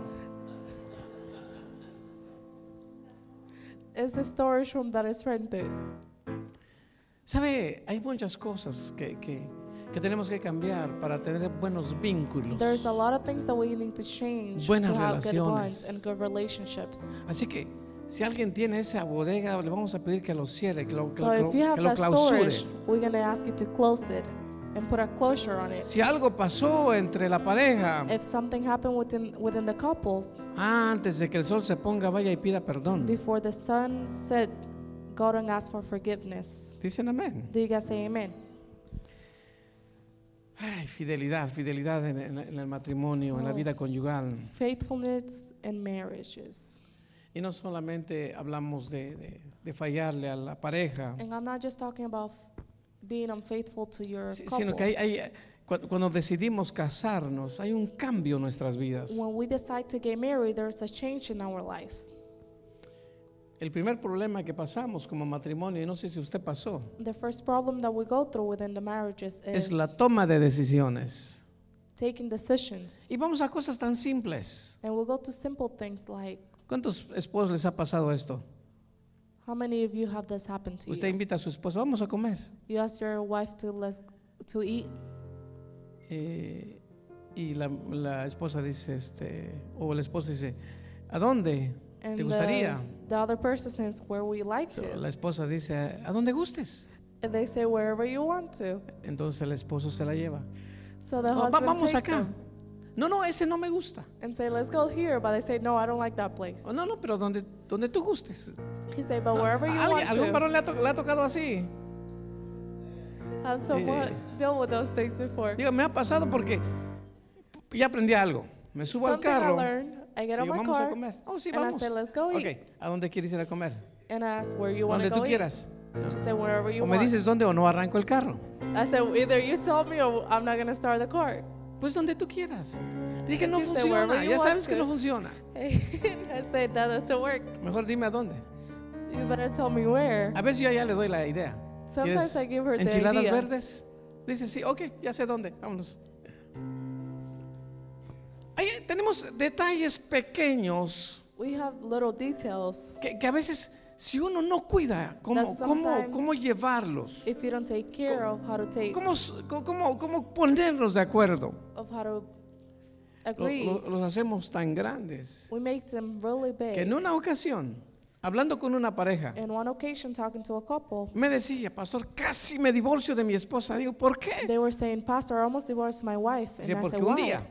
B: It's the storage room that is rented.
A: ¿Sabe? Hay muchas cosas que, que, que tenemos que cambiar para tener buenos vínculos.
B: There's a lot of things that we need to change
A: Buenas
B: to have good bonds
A: relaciones.
B: and good relationships.
A: Así que si alguien tiene esa bodega, le vamos a pedir que lo cierre, que lo, que
B: So
A: lo-
B: if you have
A: que lo
B: that
A: clausure.
B: storage, we're gonna ask you to close it and put a closure on it.
A: Si algo pasó entre la pareja,
B: If something happened within within the couples
A: antes de que el sol se ponga, vaya y pida perdón.
B: before the sun set, God and ask for forgiveness.
A: Dicen amén.
B: Do you guys say amen?
A: Ay, fidelidad, fidelidad en, en- en el matrimonio, en la
B: Oh.
A: vida conyugal.
B: Faithfulness in marriages.
A: Y no solamente hablamos de, de- de fallarle a la pareja,
B: And I'm not just talking about f- being unfaithful to your
A: si-
B: couple.
A: sino que hay, hay- cu- cuando decidimos casarnos, hay un cambio en nuestras vidas.
B: When we decide to get married, there's a change in our life.
A: El primer problema que pasamos como matrimonio, y no sé si usted pasó,
B: The first problem that we go through within the marriages
A: es
B: is
A: la toma de decisiones.
B: taking decisions.
A: Y vamos a cosas tan simples.
B: And we'll go to simple things like
A: ¿Cuántos esposos les ha pasado esto?
B: how many of you have this happen to
A: Usted
B: you?
A: invita a su esposo, vamos a comer.
B: You ask your wife to let's to eat
A: Eh, y la, la esposa dice, este, o el esposo dice, ¿a dónde?
B: and
A: ¿Te
B: the,
A: gustaría?
B: the other person says where we like
A: So,
B: to.
A: la esposa dice, ¿a dónde gustes?
B: And they say wherever you want to.
A: Entonces el esposo se la lleva.
B: So the
A: "Oh, va-
B: husband
A: vamos
B: takes
A: acá.
B: them.
A: No, no, ese no me gusta.
B: and say, let's go here, but they say, no, I don't like that place.
A: O, no, no, pero donde, donde tú gustes.
B: He say, but wherever you
A: ¿Alguien-
B: want
A: ¿Algún
B: to.
A: varón le ha, to- le ha tocado así?
B: Have someone dealt with those things before.
A: Digo, Eh, me ha pasado porque ya aprendí algo. Me subo al
B: Something I
A: carro.
B: learned, I get on
A: digo,
B: my
A: vamos a
B: car,
A: comer. Oh, sí,
B: and I
A: vamos.
B: say, let's go
A: Ok,
B: eat.
A: ¿a dónde quieres ir a comer?
B: and ask where you want
A: Donde
B: to
A: tú
B: go eat.
A: quieras.
B: She said, wherever you
A: O me
B: want.
A: dices dónde o no arranco el carro.
B: I said, either you tell me or I'm not going to start the car. <laughs>
A: Pues donde tú quieras. Dije, no
B: Just say wherever
A: funciona.
B: you
A: Ya
B: want
A: sabes que
B: to.
A: no funciona.
B: And I said, that doesn't work.
A: Mejor dime a dónde.
B: You better tell me where.
A: A veces yo ya le doy la idea.
B: Sometimes
A: ¿Quieres
B: I give her the
A: enchiladas
B: idea.
A: verdes? Dice, sí, ok, ya sé dónde. Vámonos. Ahí tenemos detalles pequeños
B: We have little details.
A: que, que a veces, si uno no cuida cómo,
B: That
A: cómo,
B: sometimes-
A: cómo llevarlos,
B: If you don't take care of how to take,
A: cómo, s- cómo- cómo, cómo ponerlos de acuerdo,
B: of how to
A: lo-
B: agree,
A: lo- los hacemos tan grandes.
B: we make them really
A: Que
B: big.
A: en una ocasión, hablando con una pareja,
B: In one occasion, talking to a couple,
A: me decía, pastor, casi me divorcio de mi esposa. Digo, ¿por qué?
B: they were saying, Pastor, I almost divorced my wife. And
A: Sí,
B: I
A: porque
B: said,
A: un
B: Why?
A: día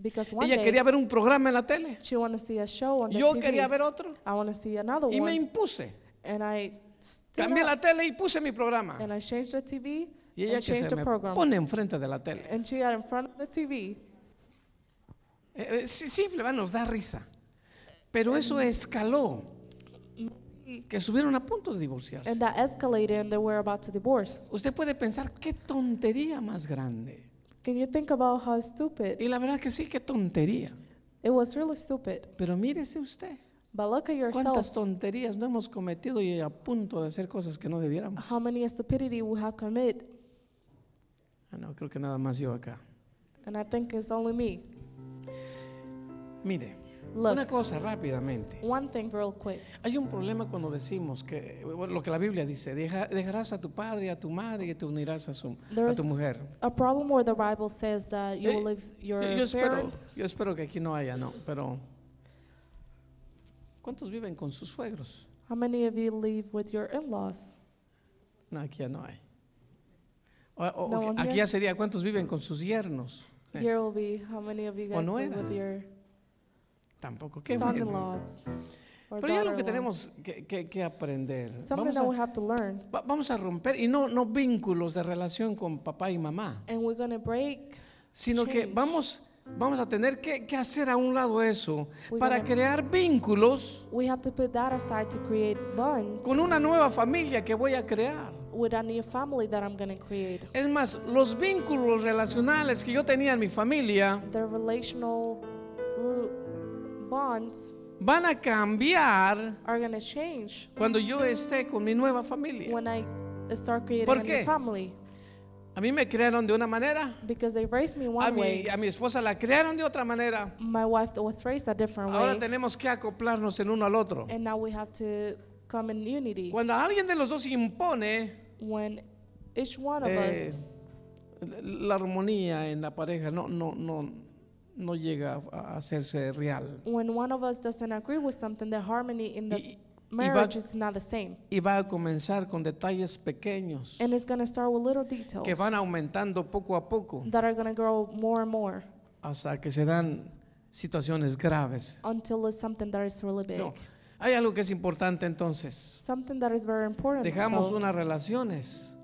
B: because one
A: Ella
B: day
A: quería ver un programa en la tele.
B: she wanted to see a show on the
A: Yo
B: TV.
A: quería ver otro.
B: I want to see another
A: Y me
B: one.
A: impuse.
B: And I stood
A: Cambié
B: up
A: la tele y puse mi programa.
B: and I changed the TV
A: Y ella
B: and
A: que
B: changed
A: se
B: the
A: me
B: program.
A: pone enfrente de la tele.
B: And she got in front of the TV.
A: Eh, eh, sí, simple, va, nos da risa. Pero eso escaló. Que estuvieron a punto de divorciarse.
B: And that escalated and they were about to divorce.
A: Usted puede pensar qué tontería más grande.
B: Can you think about how stupid?
A: Y la verdad que sí, qué tontería.
B: It was really stupid.
A: Pero mírese usted.
B: But look at
A: ¿Cuántas
B: yourself.
A: tonterías no hemos cometido y a punto de hacer cosas que no debiéramos?
B: How many stupidity we have committed.
A: Ah, no, creo que nada más yo acá.
B: And I think it's only me.
A: Mire,
B: Look.
A: una cosa rápidamente.
B: One thing real quick.
A: Hay un problema cuando decimos que bueno, lo que la Biblia dice, "Deja- dejarás a tu padre y a tu madre y te unirás a, su, a
B: There's
A: tu mujer.
B: a problem where the Bible says that you
A: Eh,
B: will leave your
A: yo, yo espero,
B: parents.
A: yo espero que aquí no haya, no, pero ¿cuántos viven con sus suegros?
B: How many of you live with your in-laws?
A: No, aquí ya no hay. O- o- o
B: No,
A: que-
B: aquí
A: aquí
B: hay.
A: ya sería, ¿cuántos viven con sus yernos? Eh,
B: Here will be how many of you
A: O
B: guys live
A: nueras.
B: with your
A: Tampoco, qué bueno.
B: son-in-laws or
A: Pero ya lo que
B: daughter-in-law?
A: tenemos que, que- que aprender,
B: Something
A: vamos
B: that we
A: a,
B: have to learn.
A: va- vamos a romper, y no, no vínculos de relación con papá y mamá.
B: And we're going to break
A: sino que
B: Change.
A: vamos, vamos a tener que, que hacer a un lado eso
B: We're
A: para
B: gonna-
A: crear vínculos
B: We have to put that aside to create bonds
A: con una nueva familia que voy a crear.
B: with a new family that I'm going to create.
A: Es más, los vínculos relacionales que yo tenía en mi familia
B: The relational l- bonds
A: van a cambiar
B: are going to change
A: cuando yo esté con mi nueva familia.
B: when I start creating
A: ¿Por
B: a new
A: qué?
B: family
A: A mí me crearon de una manera,
B: because they raised me
A: a
B: one way.
A: mi, a mi esposa la crearon de otra manera.
B: My wife was raised a different
A: Ahora
B: way, Eh.
A: tenemos que acoplarnos el uno al otro.
B: and now we have to come in unity.
A: Cuando alguien de los dos impone
B: When each one of
A: Eh,
B: us,
A: la- la armonía en la pareja no, no, no, no llega a a hacerse real.
B: when one of us doesn't agree with something, the harmony in
A: Y-
B: the
A: y va-
B: marriage is not the same,
A: Y va a comenzar con detalles pequeños
B: and it's going to start with little details
A: que van aumentando poco a poco
B: that are going to grow more and more.
A: hasta que se dan situaciones graves.
B: until it's something that is really big.
A: No, hay algo que es importante entonces.
B: Something that is very important.
A: Dejamos
B: so
A: unas relaciones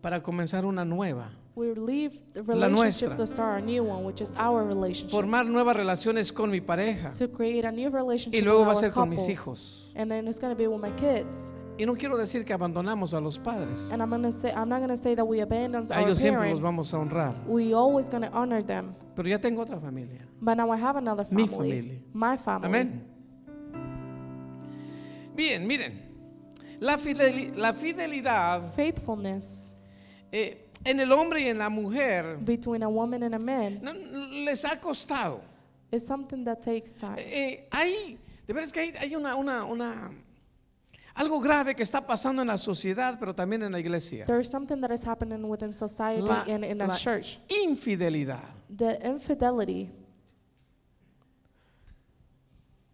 A: para comenzar una nueva.
B: we leave the
A: La
B: relationship
A: nuestra.
B: to start a new one, which is our relationship.
A: Formar nuevas relaciones con mi pareja
B: to create a new relationship
A: y luego
B: with
A: va a
B: our
A: ser con mis
B: couples.
A: hijos.
B: And then it's going to be with my kids.
A: Y no quiero decir que abandonamos a los padres.
B: And I'm going to say I'm not going to say that we abandon
A: A
B: our
A: Ah, ellos siempre
B: parents.
A: los vamos a honrar.
B: We always going to honor them.
A: Pero ya tengo otra familia.
B: But now I have another
A: Mi
B: family.
A: familia.
B: My family.
A: Amén. Bien, miren. La, fideli- la fidelidad
B: Faithfulness
A: eh, en el hombre y en la mujer
B: between a woman and a man
A: no- no- les ha costado.
B: is something that takes time.
A: Eh, eh, hay, de veras que hay, hay una, una- una- algo grave que está pasando en la sociedad, pero también en la iglesia.
B: There's something that is happening within society
A: La-
B: and in
A: la
B: a church.
A: infidelidad.
B: The infidelity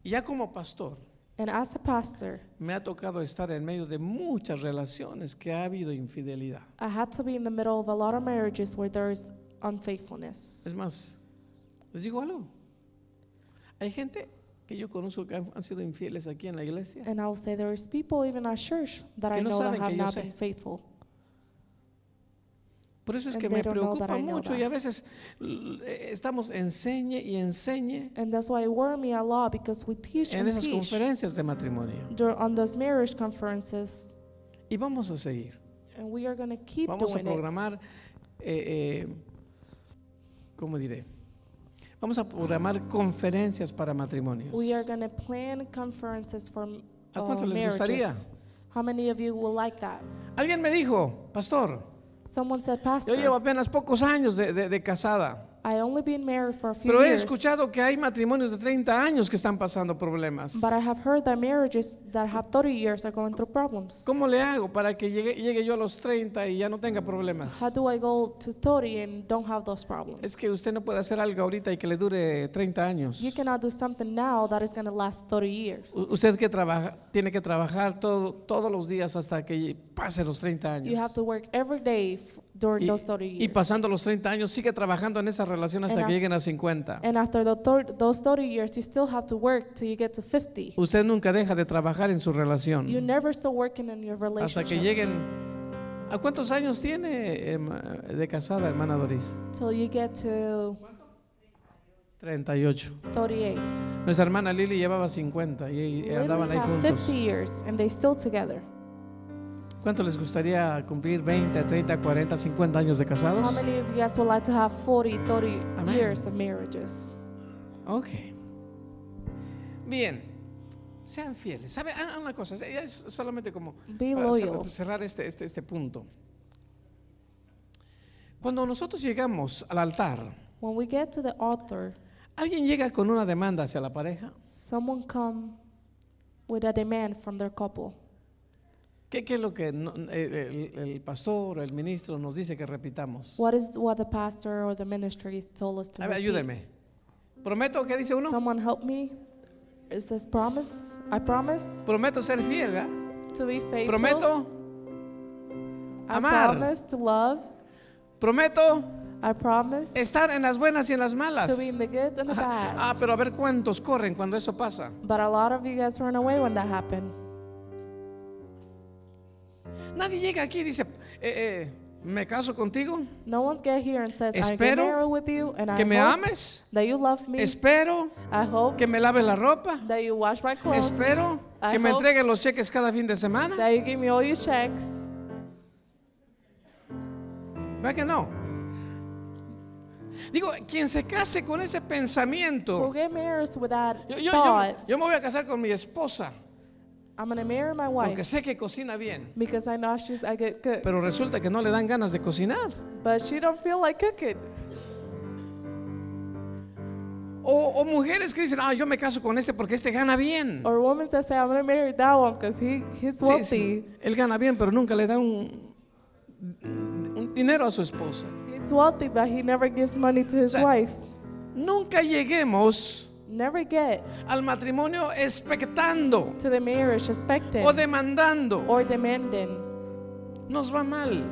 A: Y Ya como pastor,
B: And as a pastor,
A: me ha tocado estar en medio de muchas relaciones que ha habido infidelidad.
B: I had to be in the middle of a lot of marriages where there's unfaithfulness.
A: Es más, Les digo algo. Hay gente que yo conozco que han, han sido infieles aquí en la iglesia.
B: And I will say there is people even our church that I
A: Que no
B: know that
A: saben que
B: have
A: yo
B: not
A: sé.
B: been faithful.
A: Por eso es
B: And
A: que
B: they
A: me
B: don't know that
A: preocupa
B: I know
A: mucho
B: that.
A: y a veces l- eh, estamos enseñe y enseñe
B: And that's why it worry me a lot because we teach
A: en
B: and
A: esas
B: teach
A: conferencias de matrimonio.
B: dur- on those marriage conferences,
A: Y vamos a seguir.
B: and we are going to keep
A: Vamos a
B: doing it.
A: programar, eh, eh, ¿cómo diré? Vamos a programar conferencias para matrimonios.
B: We are going to plan conferences for m-
A: ¿A
B: uh,
A: cuánto les
B: marriages.
A: gustaría?
B: How many of you will like that?
A: Alguien me dijo, pastor,
B: Someone said,
A: yo llevo
B: Pastor,
A: apenas pocos años de, de- de casada,
B: I only been married for a few
A: pero he
B: years,
A: escuchado que hay matrimonios de 30 años que están pasando problemas.
B: but I have heard that marriages that have 30 years are going through problems.
A: ¿Cómo le hago para que llegue, llegue yo a los 30 y ya no tenga problemas?
B: How do I go to 30 and don't have those problems?
A: Es que usted no puede hacer algo ahorita y que le dure 30 años.
B: You cannot do something now that is going to last 30 years.
A: U- Usted que trabaja, tiene que trabajar todo, todos los días hasta que pase los 30
B: You
A: años.
B: have to work every day f- during
A: Y,
B: those 30 years.
A: y pasando los 30 años sigue trabajando en esa relación hasta
B: And
A: que
B: a-
A: lleguen a 50.
B: And after the thir- those 30 years, you still have to work till you get to 50.
A: Usted nunca deja de trabajar en su
B: You
A: relación
B: never stop working in your
A: Mm. hasta que
B: relationship
A: lleguen. ¿A cuántos años tiene em, de casada, hermana Doris?
B: till you get to
A: 38.
B: 38.
A: Nuestra hermana Lili llevaba 50 y- y
B: Literally
A: andaban ahí
B: have
A: juntos.
B: 50 years and they still together.
A: ¿Cuánto les gustaría cumplir 20, 30, 40, 50 años de
B: How
A: casados?
B: many of you guys would like to have 40, 30
A: Amen.
B: years of marriages?
A: Ok. Bien. Sean fieles. ¿Sabe? Ah, Una cosa, ya es solamente como
B: Be
A: para
B: loyal.
A: cer- cerrar este, este, este punto. Cuando nosotros llegamos al altar,
B: When we get to the altar,
A: ¿alguien llega con una demanda hacia la pareja?
B: someone come with a demand from their couple.
A: ¿Qué, qué es lo que no- eh, el, el pastor o el ministro nos dice que repitamos?
B: What is what the pastor or the ministry told us to
A: A ver,
B: repeat?
A: ayúdeme. ¿Prometo que dice uno?
B: Someone help me. Is this promise? I promise
A: Prometo ser fiel, ¿verdad?
B: to be faithful.
A: Prometo,
B: I
A: amar.
B: promise to love.
A: prometo
B: I promise
A: estar en las buenas y en las
B: to
A: malas.
B: be in the good and the bad.
A: Ah, pero a ver cuántos corren cuando eso pasa.
B: But a lot of you guys run away when that happened.
A: Nadie llega aquí y dice, eh, eh, me caso contigo,
B: No one get here and says, I
A: Espero
B: get married with you and I
A: que me
B: hope
A: ames,
B: that you love me.
A: espero
B: I hope
A: que me laves la ropa,
B: that you wash my clothes,
A: espero
B: Oh. I
A: que me
B: hope-
A: entreguen los cheques cada fin de semana.
B: that you give me all your checks.
A: ¿Verdad que no? Digo, quien se case con ese
B: Who
A: pensamiento,
B: get married with that
A: yo, yo- yo-
B: thought,
A: yo me voy a casar con mi esposa,
B: I'm going to marry my
A: porque
B: wife
A: sé que cocina bien,
B: because I know she's I get good.
A: pero resulta que no le dan ganas de cocinar.
B: But she don't feel like cooking.
A: O, o mujeres que dicen, ah, yo me caso con este porque este gana bien.
B: Or women that say, I'm going to marry that one because he, he's
A: Sí,
B: wealthy.
A: sí. Él gana bien, pero nunca le da un, un dinero a su esposa.
B: He's wealthy, but he never gives money to his
A: O sea,
B: wife.
A: Nunca lleguemos
B: Never get
A: al matrimonio expectando
B: to the marriage expecting
A: o demandando.
B: or demanding.
A: Nos va mal.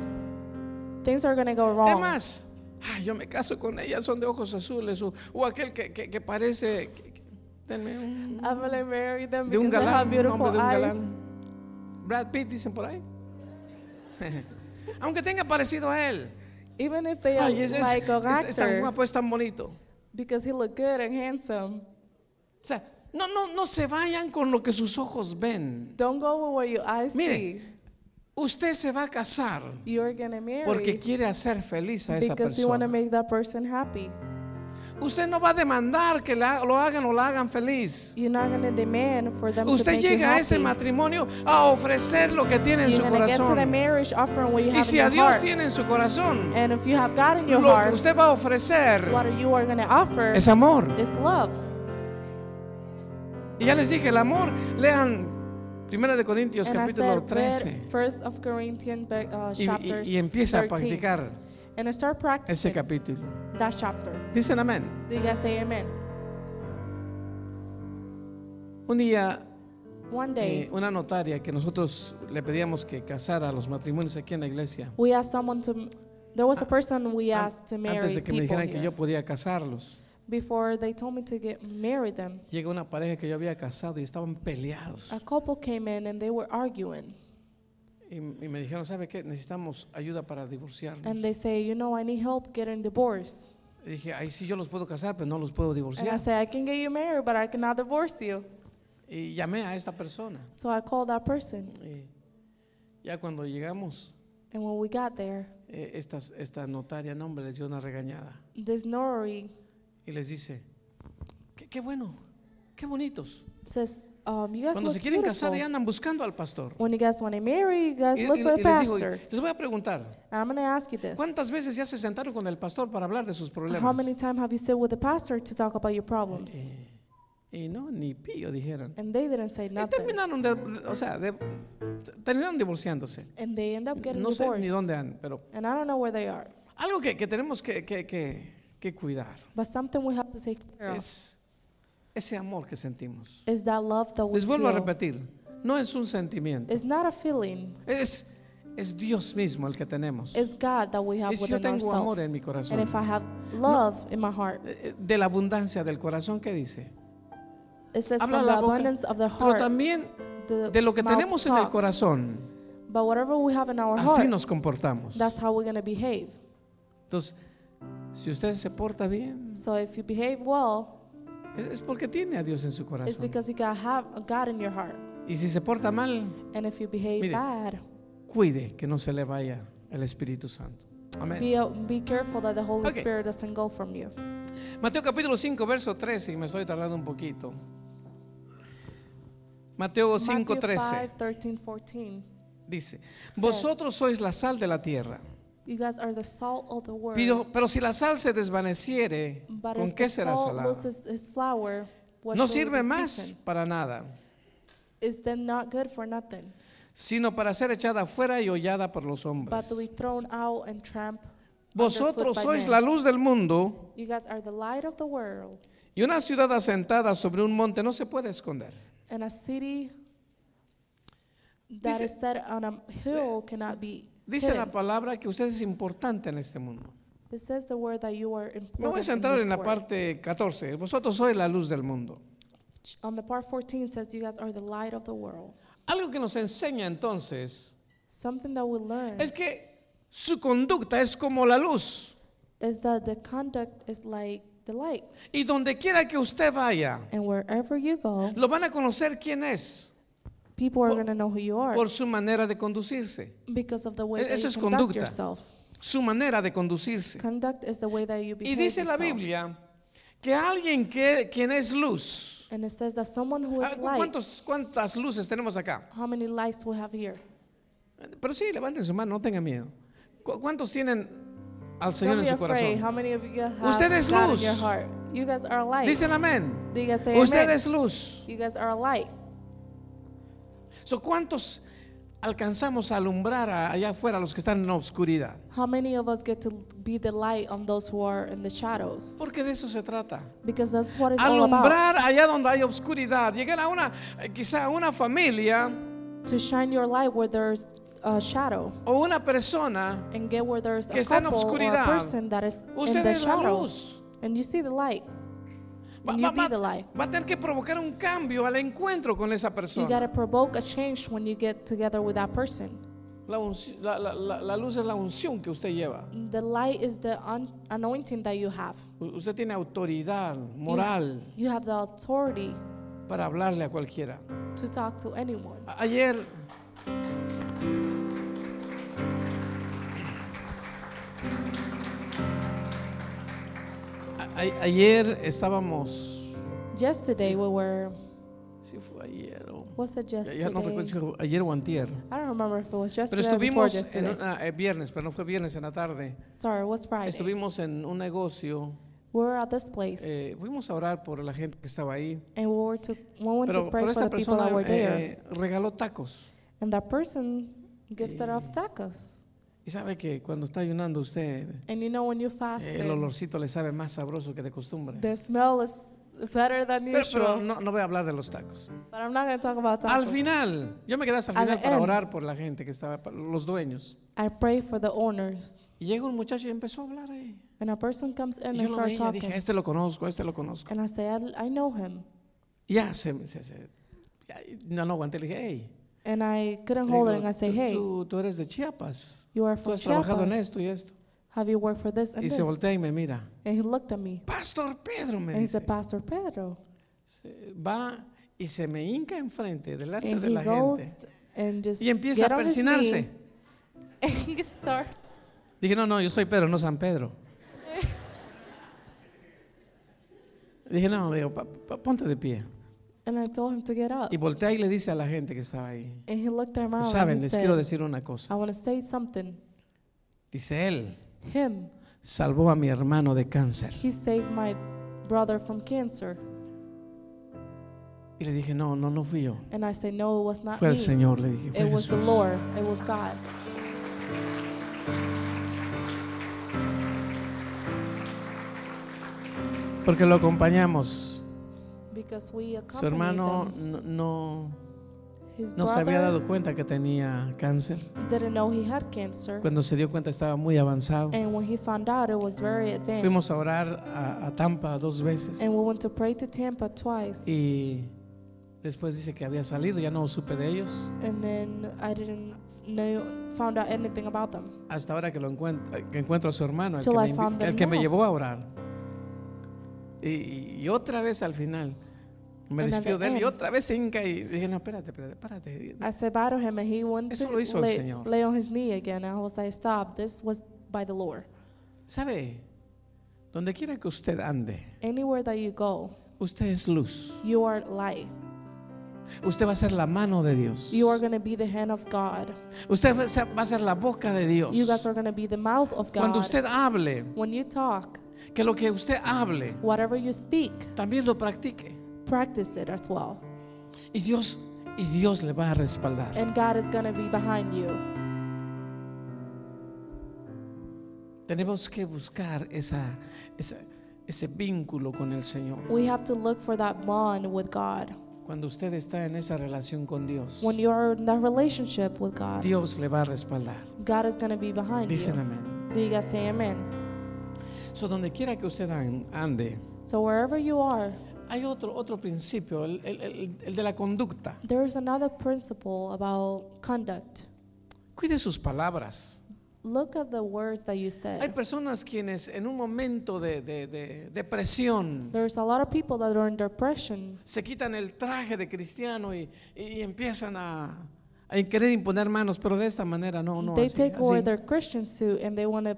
B: Things are going to go wrong.
A: Además, ay, yo me caso con ella, son de ojos azules o, o aquel que, que- que parece... que- que- denme un-
B: I'm going to marry them
A: de un
B: because they
A: galán,
B: have
A: un
B: beautiful
A: hombre de un
B: eyes.
A: galán. Brad Pitt, dicen por ahí. <laughs> Aunque tenga parecido a él.
B: Even if they are
A: Ay, es, es-
B: like an
A: es- es tan
B: actor,
A: guapo, es tan bonito.
B: because he look good and handsome.
A: O sea, no, no, no se vayan con lo que sus ojos ven.
B: Don't go with what your eyes
A: Mire.
B: see.
A: Usted se va a casar
B: You're going to marry
A: porque quiere hacer feliz a esa
B: because you want
A: persona.
B: to make that person happy.
A: Usted no va a demandar que la- lo hagan o la hagan feliz.
B: You're not going to demand for them to
A: Usted
B: make you
A: llega a ese
B: happy.
A: matrimonio a ofrecer lo que tiene en
B: You're
A: su
B: gonna get to the
A: corazón.
B: marriage offering what you
A: Y
B: have
A: si
B: in
A: a
B: your
A: Dios
B: heart.
A: tiene en su corazón,
B: and if you have God in your
A: lo que
B: heart,
A: usted va a ofrecer
B: what you are going to offer
A: es amor.
B: is love.
A: Y ya les dije, el amor, lean 1 de Corintios
B: and I
A: capítulo
B: said,
A: 13
B: read First of Corinthians uh,
A: y,
B: chapter
A: y- y empieza a
B: 13.
A: practicar
B: And I start
A: ese
B: practicing
A: capítulo.
B: that chapter.
A: Dicen amén.
B: Do you guys say amen?
A: Un día,
B: One day,
A: eh, una notaria que nosotros le pedíamos que casara a los matrimonios aquí en la iglesia,
B: we asked someone to, there was a person we asked to marry
A: antes de que me
B: people
A: dijeran que
B: here.
A: yo podía casarlos,
B: before they told me to get marry them.
A: Llega una pareja que yo había casado y estaban peleados.
B: A couple came in and they were arguing,
A: Y, y me dijeron, ¿sabe qué? Necesitamos ayuda para divorciarnos.
B: and they say, you know, I need help getting divorced.
A: Y dije, ahí sí yo los puedo casar, pero no los puedo
B: And I
A: divorciar.
B: say, I can get you married, but I cannot divorce you.
A: Y llamé a esta persona.
B: So I called that person,
A: Y ya cuando llegamos,
B: and when we got there,
A: eh, esta, esta notaria, no hombre, les dio una regañada.
B: this notary
A: Y les dice, qué, qué bueno, qué bonitos.
B: says, um, you guys
A: Cuando
B: look
A: se quieren casar,
B: beautiful.
A: ya andan buscando al pastor.
B: When you guys want to marry, you guys
A: Y,
B: look
A: y-
B: for a
A: y les digo,
B: pastor.
A: les voy a preguntar,
B: And I'm going to ask you this.
A: ¿cuántas veces ya se sentaron con el pastor para hablar de sus
B: How many
A: problemas?
B: times have you sit with the pastor to talk about your problems?
A: Eh, y no, ni pío, dijeron.
B: And they didn't say
A: Y
B: nothing.
A: terminaron, de, o sea, de- t- terminaron divorciándose.
B: And they end up getting
A: No sé ni
B: divorced.
A: dónde han, pero
B: And I don't know where they are.
A: algo que, que tenemos que, que- que- que cuidar
B: But something we have to take care of
A: es ese amor que sentimos.
B: is that love that we
A: Les vuelvo a
B: feel.
A: repetir, no es un sentimiento,
B: It's not a feeling.
A: es, es Dios mismo el que tenemos.
B: It's God that we
A: Y
B: have
A: si yo
B: within
A: tengo amor
B: ourselves.
A: en mi
B: And
A: corazón,
B: if I have love in my heart,
A: eh, eh, de la abundancia del corazón, ¿qué dice?
B: it says
A: Habla
B: from
A: la
B: the
A: boca,
B: abundance of the
A: Pero
B: heart,
A: también
B: the
A: de lo que
B: mouth
A: tenemos en el
B: talk.
A: corazón,
B: But whatever we have in our
A: así
B: heart,
A: nos comportamos.
B: that's how we're going to behave.
A: Entonces, si usted se porta bien,
B: So if you behave well,
A: es, es porque tiene a Dios en su
B: it's
A: corazón.
B: because you got have a God in your heart.
A: Y si se porta mal,
B: And if you behave
A: Mire.
B: bad,
A: cuide que no se le vaya el Espíritu Santo. Amén.
B: be, be careful that the Holy
A: Okay.
B: Spirit doesn't go from you.
A: Mateo capítulo 5, verso 13, y me estoy tardando un poquito. Mateo 5,
B: Matthew
A: 13
B: 5, 13, 14.
A: dice, vosotros sois la sal de la tierra,
B: You guys are the salt of the world.
A: pero, pero si la sal se desvaneciere,
B: but
A: ¿con
B: if
A: qué
B: the
A: será
B: salt
A: salada?
B: loses its flower, what
A: No
B: shall it
A: sirve
B: be
A: más
B: seasoned?
A: para nada,
B: Is then not good for nothing,
A: sino para ser echada afuera y hollada por los
B: but
A: hombres.
B: to be thrown out and tramp. underfoot
A: Vosotros
B: by
A: sois
B: men.
A: la luz del mundo.
B: You guys are the light of the world,
A: Y una ciudad asentada sobre un monte no se puede esconder.
B: and a city that is
A: Dice-
B: set on a hill cannot be.
A: Dice la
B: hidden.
A: palabra que usted es importante en este mundo.
B: It says the word that you are important.
A: Me voy a
B: in
A: centrar
B: this
A: en la
B: world.
A: parte 14. Vosotros sois la luz del mundo.
B: On the part 14 says you guys are the light of the world.
A: Algo que nos enseña entonces
B: Something that we learn
A: es que su conducta es como la luz.
B: is that the conduct is like the light,
A: Y donde quiera que usted vaya,
B: and wherever you go,
A: lo van a conocer quién es
B: people are
A: Por-
B: going to know who you are
A: por su manera de conducirse.
B: because of the way
A: Eso
B: that you
A: es
B: conduct
A: conducta.
B: yourself.
A: Su manera de conducirse.
B: Conduct is the way that you
A: Y
B: behave.
A: dice la
B: yourself.
A: Biblia que alguien que quien es luz.
B: And it says that someone who
A: Ah,
B: is
A: ¿cu-
B: light.
A: ¿Cuántos, ¿Cuántas luces tenemos acá?
B: How many lights we have here?
A: Pero sí, levanten su mano, no tengan miedo. ¿Cu- ¿Cuántos tienen al Señor
B: Don't
A: en
B: be
A: su corazón?
B: afraid. How many of you guys have
A: Usted es
B: God
A: luz.
B: in your heart? You guys are a light.
A: Dicen amén.
B: Do you guys say
A: Usted
B: amen?
A: es luz.
B: You guys are a light.
A: So, ¿Cuántos alcanzamos a alumbrar a- allá afuera a los que están en la oscuridad?
B: How many of us get to be the light on those who are in the shadows?
A: Porque de eso se trata.
B: Because that's what it's all about.
A: Alumbrar allá donde hay oscuridad. Llegar a una, eh, quizá a una familia
B: To shine your light where there's a shadow
A: o una persona.
B: and get where there's
A: Que
B: a
A: está en
B: couple or a
A: obscuridad.
B: person that is in
A: Usted
B: the
A: es la
B: shadows.
A: luz.
B: And you see the light.
A: Va,
B: And you
A: va-
B: be
A: va-
B: the light.
A: va a tener que provocar un cambio al encuentro con esa
B: You got
A: persona.
B: to provoke a change when you get together with that person.
A: La, unci- la- la- la- la luz es la unción que usted lleva.
B: The light is the un- anointing that you have.
A: U- Usted tiene autoridad moral
B: You have the authority
A: para hablarle a cualquiera.
B: to talk to anyone.
A: A- Ayer, A- a- ayer estábamos,
B: Yesterday we were.
A: si fue ayer o
B: What's it
A: ya- ya no recuerdo
B: yesterday?
A: si fue ayer o antier.
B: I don't remember if it was
A: Pero
B: yesterday or before
A: estuvimos en
B: yesterday.
A: una- eh, viernes, pero no fue viernes en la tarde.
B: Sorry, it was Friday.
A: Estuvimos en un negocio,
B: We were at this place
A: eh, fuimos a orar por la gente que estaba ahí,
B: and we were to we went
A: pero,
B: to pray
A: pero
B: for
A: esta
B: the people
A: persona
B: that were there.
A: eh, regaló tacos.
B: And that person gives
A: eh,
B: that off tacos.
A: Y sabe que cuando está ayunando usted,
B: And you know when you
A: eh,
B: fast,
A: el olorcito le sabe más sabroso que de costumbre.
B: the smell is better than
A: Pero,
B: usual.
A: pero no, no voy a hablar de los tacos.
B: but I'm not going to talk about tacos.
A: Al final, yo me quedé hasta el
B: At
A: final
B: the
A: para
B: end.
A: orar por la gente que estaba, pa- los dueños.
B: I pray for the owners.
A: Y llega un muchacho y empezó a hablar ahí.
B: And a person comes in
A: Y yo lo
B: and starts
A: veía,
B: talking.
A: dije, "A este lo conozco, a este lo conozco.
B: and I say, I, I know him.
A: Y ya se, se- se- ya, no, no aguanté, le dije, hey.
B: And I couldn't
A: Le
B: hold it.
A: digo,
B: And I say,
A: "Tú-
B: hey,
A: tú, tú eres de Chiapas.
B: you are
A: Tú
B: from
A: has trabajado en
B: Chiapas.
A: esto y esto.
B: Have you worked for this and
A: Y
B: this?
A: se voltea y me mira.
B: And he looked at me.
A: Pastor Pedro me
B: And he
A: dice.
B: said, Pastor Pedro.
A: Se- Va y se me hinca enfrente, delante
B: And
A: de
B: he
A: la
B: goes
A: gente.
B: and just
A: Y empieza
B: get
A: a
B: on his
A: persinarse.
B: knee <laughs> And start.
A: Dije, no, no, yo soy Pedro, no San
B: <laughs>
A: Pedro. Dije, no, le digo, "Pa- pa- ponte de pie.
B: And I told him to get up.
A: Y voltea y le dice a la gente que estaba ahí.
B: And he looked around
A: Saben,
B: and he
A: les quiero
B: said,
A: decir una cosa.
B: I want to say something.
A: Dice él,
B: Him,
A: salvó a mi hermano de cáncer.
B: he saved my brother from cancer.
A: Y le dije, no, no, no fui yo.
B: And I said, no, it was not
A: Fue
B: me.
A: el Señor, le dije. fue
B: It was the
A: Jesús".
B: Lord. It was God.
A: Porque lo acompañamos.
B: Because we
A: Su
B: accompanied
A: hermano
B: them.
A: no, no,
B: His
A: no se
B: brother
A: había dado cuenta que tenía cáncer.
B: didn't know he had cancer.
A: Cuando se dio cuenta estaba muy avanzado.
B: And when he found out, it was very advanced.
A: Fuimos a orar a, a Tampa dos veces
B: And we went to pray to Tampa twice.
A: y después dice que había salido, ya no supe de ellos.
B: And then I didn't know, found out anything about them.
A: Hasta ahora que lo encuentro, que encuentro a su hermano, el que,
B: Till
A: me,
B: I
A: invi-
B: found them
A: el que me
B: now.
A: llevó a orar. Y, y otra vez al final me
B: And at
A: despido
B: the
A: de él y
B: end. Ah.
A: otra vez se hinca y dije, no, espérate, espérate, párate.
B: I said bye to him, and he went
A: Eso
B: to
A: lo hizo el
B: lay,
A: Señor.
B: lay on his knee again. And I was like, stop. This was by the Lord.
A: ¿Sabe? Donde quiera que usted ande,
B: Anywhere that you go,
A: usted es luz.
B: you are light.
A: Usted va a ser la mano de Dios.
B: You are going to be the hand of God.
A: Usted va a ser- va a ser la boca de Dios.
B: You guys are going to be the mouth of God.
A: Cuando usted hable,
B: when you talk,
A: que lo que usted hable
B: whatever you speak,
A: también lo practique
B: practice it as well.
A: y Dios y Dios le va a respaldar.
B: And God is going to be behind you.
A: Tenemos que buscar esa, esa- ese vínculo con el Señor.
B: We have to look for that bond with God.
A: Cuando usted está en esa relación con Dios,
B: When you are in that relationship with God,
A: Dios le va a respaldar.
B: God is going to be behind
A: Dicen
B: you.
A: amén.
B: Do you guys say amen?
A: So, donde quiera que usted an- ande,
B: So wherever you are,
A: hay otro, otro principio, el, el- el- el de la conducta.
B: there is another principle about conduct.
A: Cuide sus palabras.
B: Look at the words that you
A: Hay
B: said.
A: personas quienes en un momento de, de- de depresión
B: There's a lot of people that are in depression.
A: se quitan el traje de cristiano y, y empiezan a, a querer imponer manos, pero de esta manera no, no.
B: they
A: así,
B: take away
A: así.
B: their Christian suit and they want to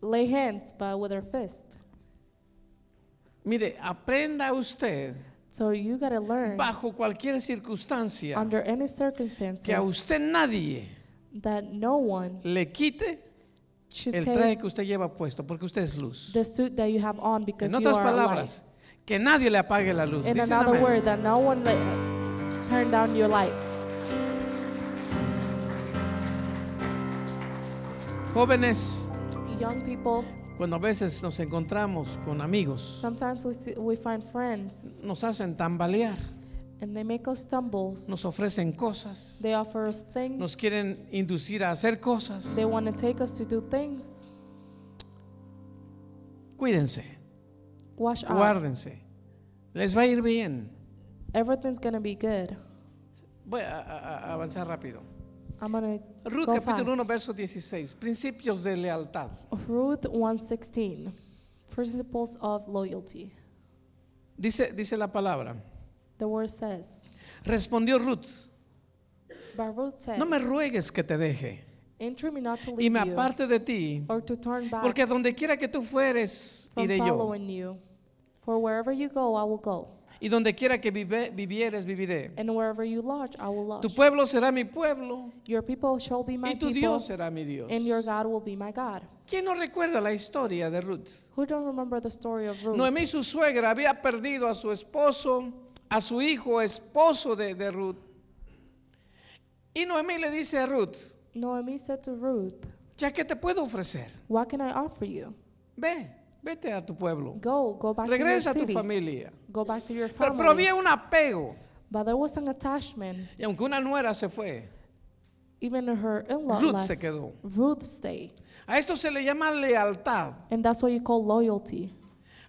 B: lay hands, but with their fist.
A: Mire, aprenda usted
B: So you got to learn
A: bajo cualquier circunstancia
B: under any
A: que a
B: circumstances
A: usted nadie
B: that no one
A: le quite
B: should
A: el
B: take
A: traje que usted lleva puesto, porque usted es luz.
B: the suit that you have on because
A: En
B: you
A: otras
B: are alive.
A: palabras, que nadie le apague la luz.
B: In
A: Dicen
B: another
A: amén.
B: word, that no one let turn down your light.
A: Jóvenes,
B: Young people,
A: cuando a veces nos encontramos con amigos,
B: sometimes we see, we find friends
A: nos hacen tambalear,
B: and they make us stumble.
A: nos ofrecen cosas,
B: They offer us things.
A: nos quieren inducir a hacer cosas.
B: They want to take us to do things.
A: Cuídense,
B: Wash out.
A: guárdense. Les va a ir bien.
B: Everything's gonna be good.
A: Voy a, a- a avanzar rápido.
B: I'm gonna
A: Ruth
B: go fast.
A: capítulo 1, verso 16. Principios de lealtad.
B: Ruth 1:16, principles of loyalty.
A: Dice, dice la palabra.
B: The word says,
A: Respondió Ruth,
B: but Ruth said,
A: no me ruegues que te deje
B: entreat me not to
A: y
B: leave
A: me
B: you
A: aparte de ti,
B: or to turn back
A: porque donde quiera que tú fueres,
B: from
A: iré yo.
B: following you. For wherever you go, I will go.
A: Y donde quiera que vive- vivieres, viviré.
B: And wherever you lodge, I will lodge.
A: Tu pueblo será mi pueblo
B: Your people shall be my
A: y tu
B: people,
A: Dios será mi Dios.
B: and your God will be my God.
A: ¿Quién no recuerda la historia de Ruth?
B: Who don't remember the story of Ruth?
A: Noemí, su suegra, había perdido a su esposo, a su hijo, esposo de, de Ruth. Y Noemí le dice a Ruth,
B: Noemi said to Ruth,
A: ya que te puedo ofrecer,
B: What can I offer you?
A: ve, Vete a tu pueblo.
B: Go, go back
A: Regresa a
B: to
A: tu
B: your city.
A: familia.
B: Go back to your
A: Pero,
B: family.
A: pero había un apego.
B: but there was an attachment.
A: Y aunque una nuera se fue,
B: Even her in-law
A: Ruth
B: left.
A: se quedó.
B: Ruth stayed.
A: A esto se le llama lealtad.
B: And that's what you call loyalty.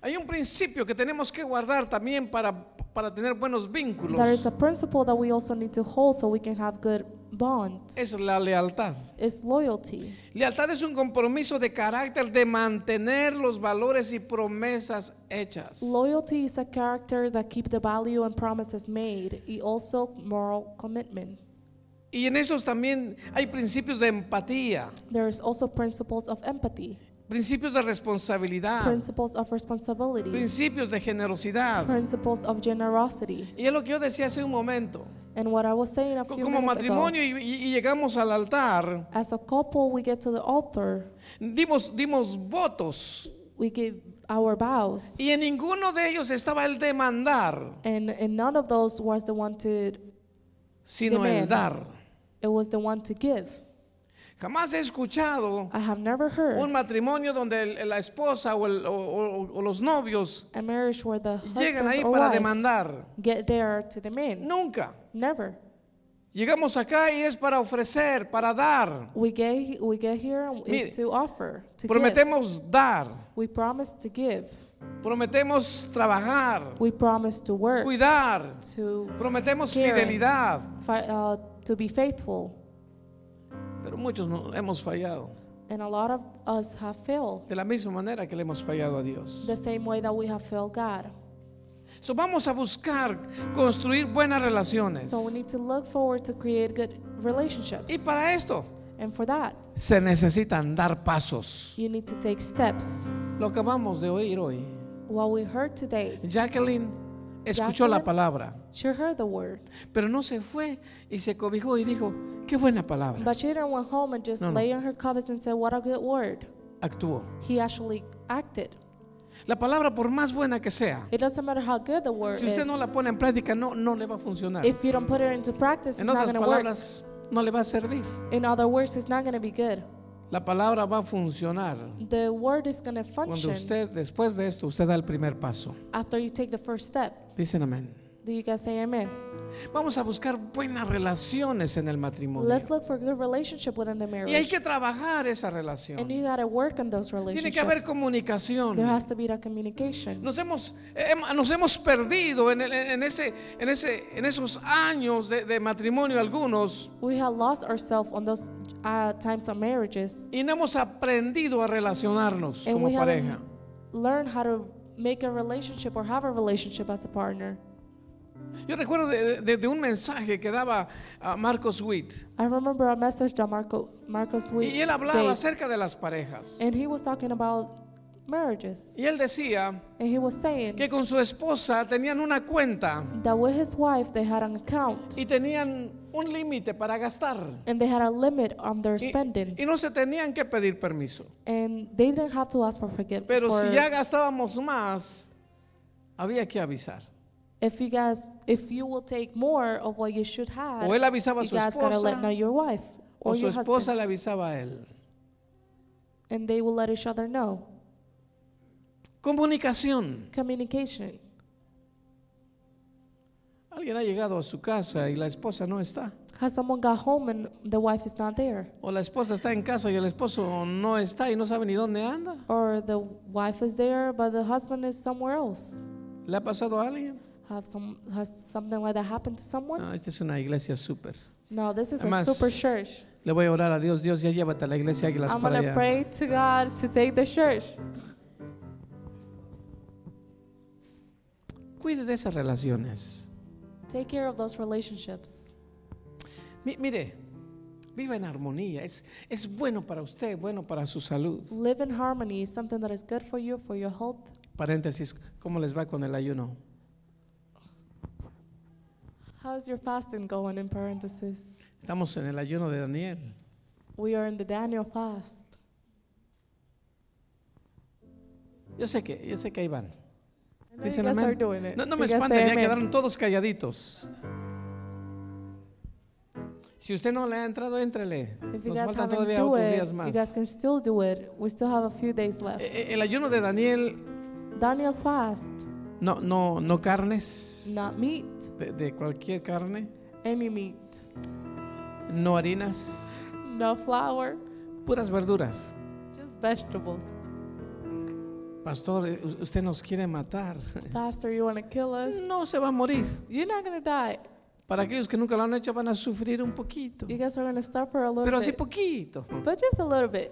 A: Hay un principio que tenemos que guardar también para, para tener buenos
B: There is
A: vínculos.
B: a principle that we also need to hold so we can have good bond.
A: Es la lealtad.
B: It's loyalty.
A: Lealtad es un compromiso de carácter de mantener los valores y promesas hechas.
B: Loyalty is a character that keeps the value and promises made. It also moral commitment.
A: Y en esos también hay principios de empatía,
B: There is also principles of empathy,
A: principios de responsabilidad,
B: principles of responsibility,
A: principios de generosidad.
B: principles of generosity.
A: Y es lo que yo decía hace un momento.
B: And what I was saying a
A: Co-
B: few
A: Como
B: minutes ago,
A: matrimonio y, y- y llegamos al altar,
B: as a couple, we get to the altar,
A: dimos, dimos votos
B: we give our vows,
A: y en ninguno de ellos estaba el demandar,
B: and, and none of those was the one to,
A: sino el
B: Demand.
A: dar.
B: it was the one to give.
A: Jamás he escuchado
B: I have never
A: un
B: heard
A: matrimonio donde el- la esposa o, el- o- o- o los novios
B: a marriage where the
A: llegan ahí
B: husband or
A: para
B: wife
A: demandar.
B: get there to the man.
A: Nunca.
B: Never.
A: Llegamos acá y es para ofrecer, para dar.
B: We get we get here and
A: Mire,
B: it's to offer to give.
A: Prometemos dar,
B: We promise to give.
A: prometemos trabajar,
B: We promise to work.
A: cuidar,
B: To
A: prometemos
B: Caring.
A: fidelidad.
B: fi- uh, to be faithful,
A: Pero muchos no, hemos fallado,
B: and a lot of us have failed
A: de la misma manera que le hemos fallado a Dios.
B: the same way that we have failed God.
A: So, vamos a buscar construir buenas relaciones.
B: So we need to look forward to create good relationships,
A: Y para esto
B: and for that
A: se necesitan dar pasos.
B: you need to take steps.
A: Lo acabamos de oír hoy.
B: What we heard today,
A: Jacqueline escuchó la
B: Jacqueline.
A: palabra,
B: she heard the word,
A: pero no se fue y se cobijó y dijo, qué buena palabra.
B: but she didn't went home and just
A: No, no.
B: lay on her covers and said, "What a good word."
A: Actuó.
B: He actually acted.
A: La palabra, por más buena que sea,
B: It doesn't matter how good the word
A: si
B: is.
A: usted no la pone en práctica, no, no le va a funcionar.
B: If you don't put it into practice, it's
A: En
B: not
A: otras
B: going to work.
A: palabras, no le va a servir.
B: In other words, it's not going to be good.
A: La palabra va a funcionar
B: The word is going to
A: cuando
B: function
A: usted, después de esto, usted da el primer paso.
B: after you take the first step.
A: Dicen amén.
B: Do you guys say amen?
A: Vamos a buscar buenas relaciones en el matrimonio.
B: Let's look for good relationship within the
A: Y hay
B: marriage.
A: que trabajar esa
B: And
A: relación.
B: you got to work on those
A: Tiene que
B: relationships.
A: haber comunicación.
B: There has to be that communication.
A: Nos hemos, hem- nos hemos perdido en, el- en ese, en, ese, en esos años de, de matrimonio algunos
B: We have lost ourselves on those uh, times of marriages.
A: y no hemos aprendido a relacionarnos
B: And we
A: como pareja.
B: haven't learned how to make a relationship or have a relationship as a partner.
A: Yo recuerdo de, de- de un mensaje que daba a Marcos Witt
B: I remember a message that Marco, Marcos
A: y,
B: Witt
A: y él hablaba
B: gave.
A: acerca de las parejas.
B: And he was talking about marriages.
A: Y él decía
B: And he was saying
A: que con su esposa tenían una cuenta
B: that with his wife, they had an account
A: y tenían un límite para gastar.
B: and they had a limit on their
A: Y,
B: spending.
A: y no se tenían que pedir permiso.
B: And they didn't have to ask for forgiveness.
A: Pero si ya gastábamos más, había que avisar.
B: If you guys, if you will take more of what you should have,
A: O él avisaba a
B: you
A: su
B: guys gotta let know
A: esposa
B: your wife
A: o
B: or
A: su
B: your
A: esposa
B: husband,
A: le avisaba a él.
B: and they will let each other know.
A: Comunicación.
B: Communication.
A: Alguien ha llegado a su casa y la esposa no está.
B: Has someone got home and the wife is not there,
A: O la esposa está en casa y el esposo no está y no sabe ni dónde anda.
B: or the wife is there but the husband is somewhere else?
A: ¿Le ha pasado a alguien?
B: Have some has something like that happened to someone?
A: No, esta es una iglesia súper.
B: No, this is
A: Además,
B: a super church.
A: Le voy a orar a Dios. Dios, ya llévate a la iglesia Águilas
B: I'm
A: para
B: gonna
A: allá.
B: pray to God to take the church.
A: Cuide de esas relaciones.
B: Take care of those relationships.
A: Mi- mire, viva en armonía. Es, es bueno para usted, bueno para su salud.
B: Live in harmony is something that is good for you, for your health.
A: Paréntesis, ¿cómo les va con el ayuno?
B: How's your fasting going in parentheses?
A: Estamos en el ayuno de Daniel.
B: We are in the Daniel fast.
A: Yo sé que, yo sé que ahí van.
B: I know you
A: Dicen
B: guys are
A: amén.
B: doing it.
A: No, no me
B: You guys say
A: espanten, ya
B: amen.
A: quedaron todos calladitos. Si usted no le ha entrado, éntrele.
B: If you
A: Nos
B: guys
A: faltan
B: haven't
A: todavía
B: do
A: otros
B: it,
A: días
B: you
A: más.
B: guys can still do it. We still have a few days left.
A: Eh, El ayuno de Daniel,
B: Daniel's fast,
A: no, no, no carnes,
B: not meat,
A: de, de cualquier carne,
B: Amy meat,
A: no harinas,
B: no flour,
A: puras verduras.
B: just vegetables.
A: Pastor, eh, us- usted nos quiere matar.
B: Pastor, you want to kill us?
A: No se va a morir.
B: You're not gonna die.
A: Para aquellos que nunca lo han hecho van a sufrir un poquito.
B: You guys are gonna suffer a little
A: Pero así
B: bit,
A: poquito.
B: but just a little bit.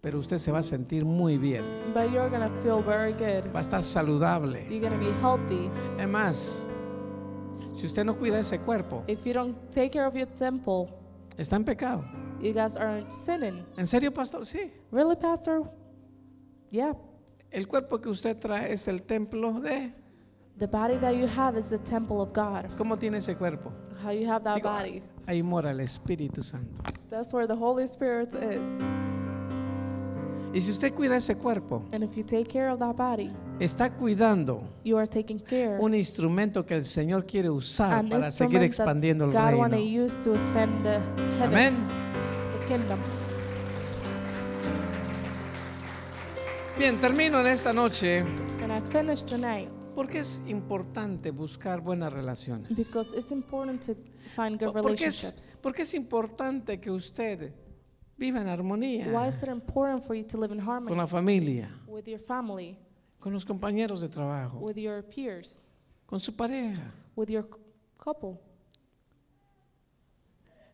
A: Pero usted se va a sentir muy bien.
B: But you're gonna feel very good.
A: Va a estar saludable.
B: You're gonna be healthy.
A: Es más, si usted no cuida ese cuerpo,
B: If you don't take care of your temple,
A: está en pecado.
B: you guys aren't sinning.
A: ¿En serio, pastor? Sí.
B: Really, Pastor? Yeah.
A: El cuerpo que usted trae es el templo de...
B: The body that you have is the temple of God.
A: ¿Cómo tiene ese cuerpo?
B: How you have that
A: Digo,
B: body.
A: Ahí mora el Espíritu Santo.
B: That's where the Holy Spirit is.
A: Y si usted cuida ese cuerpo,
B: And if you take care of that body,
A: está cuidando
B: you are taking care
A: un instrumento que el Señor quiere usar
B: an
A: para seguir
B: instrument that
A: expandiendo el
B: God want to
A: reino.
B: use to expand the heavens, the kingdom.
A: Bien, termino en esta noche
B: And I finished tonight
A: porque es importante buscar buenas relaciones.
B: because it's important to find good
A: Porque es,
B: relationships.
A: porque es importante que usted viva en
B: Why
A: armonía
B: is it important for you to live in
A: con
B: harmony
A: la familia,
B: with your family,
A: con los compañeros de trabajo,
B: with your peers,
A: con su pareja.
B: with your c- couple?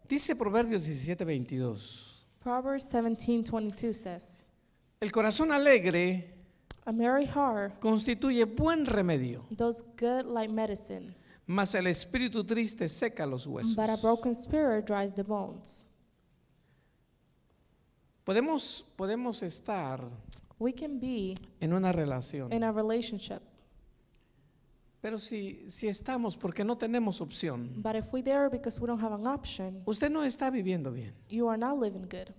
A: Dice Proverbios 17, 22.
B: Proverbs 17:22 says,
A: El corazón alegre
B: "A merry heart
A: constituye buen remedio,
B: does good like medicine,
A: mas el espíritu triste seca los huesos.
B: but a broken spirit dries the bones."
A: Podemos, podemos estar
B: We can be
A: en una relación,
B: in a relationship,
A: pero si, si estamos porque no tenemos opción,
B: but if we there because we don't have an option,
A: usted no está viviendo bien.
B: you are not living good.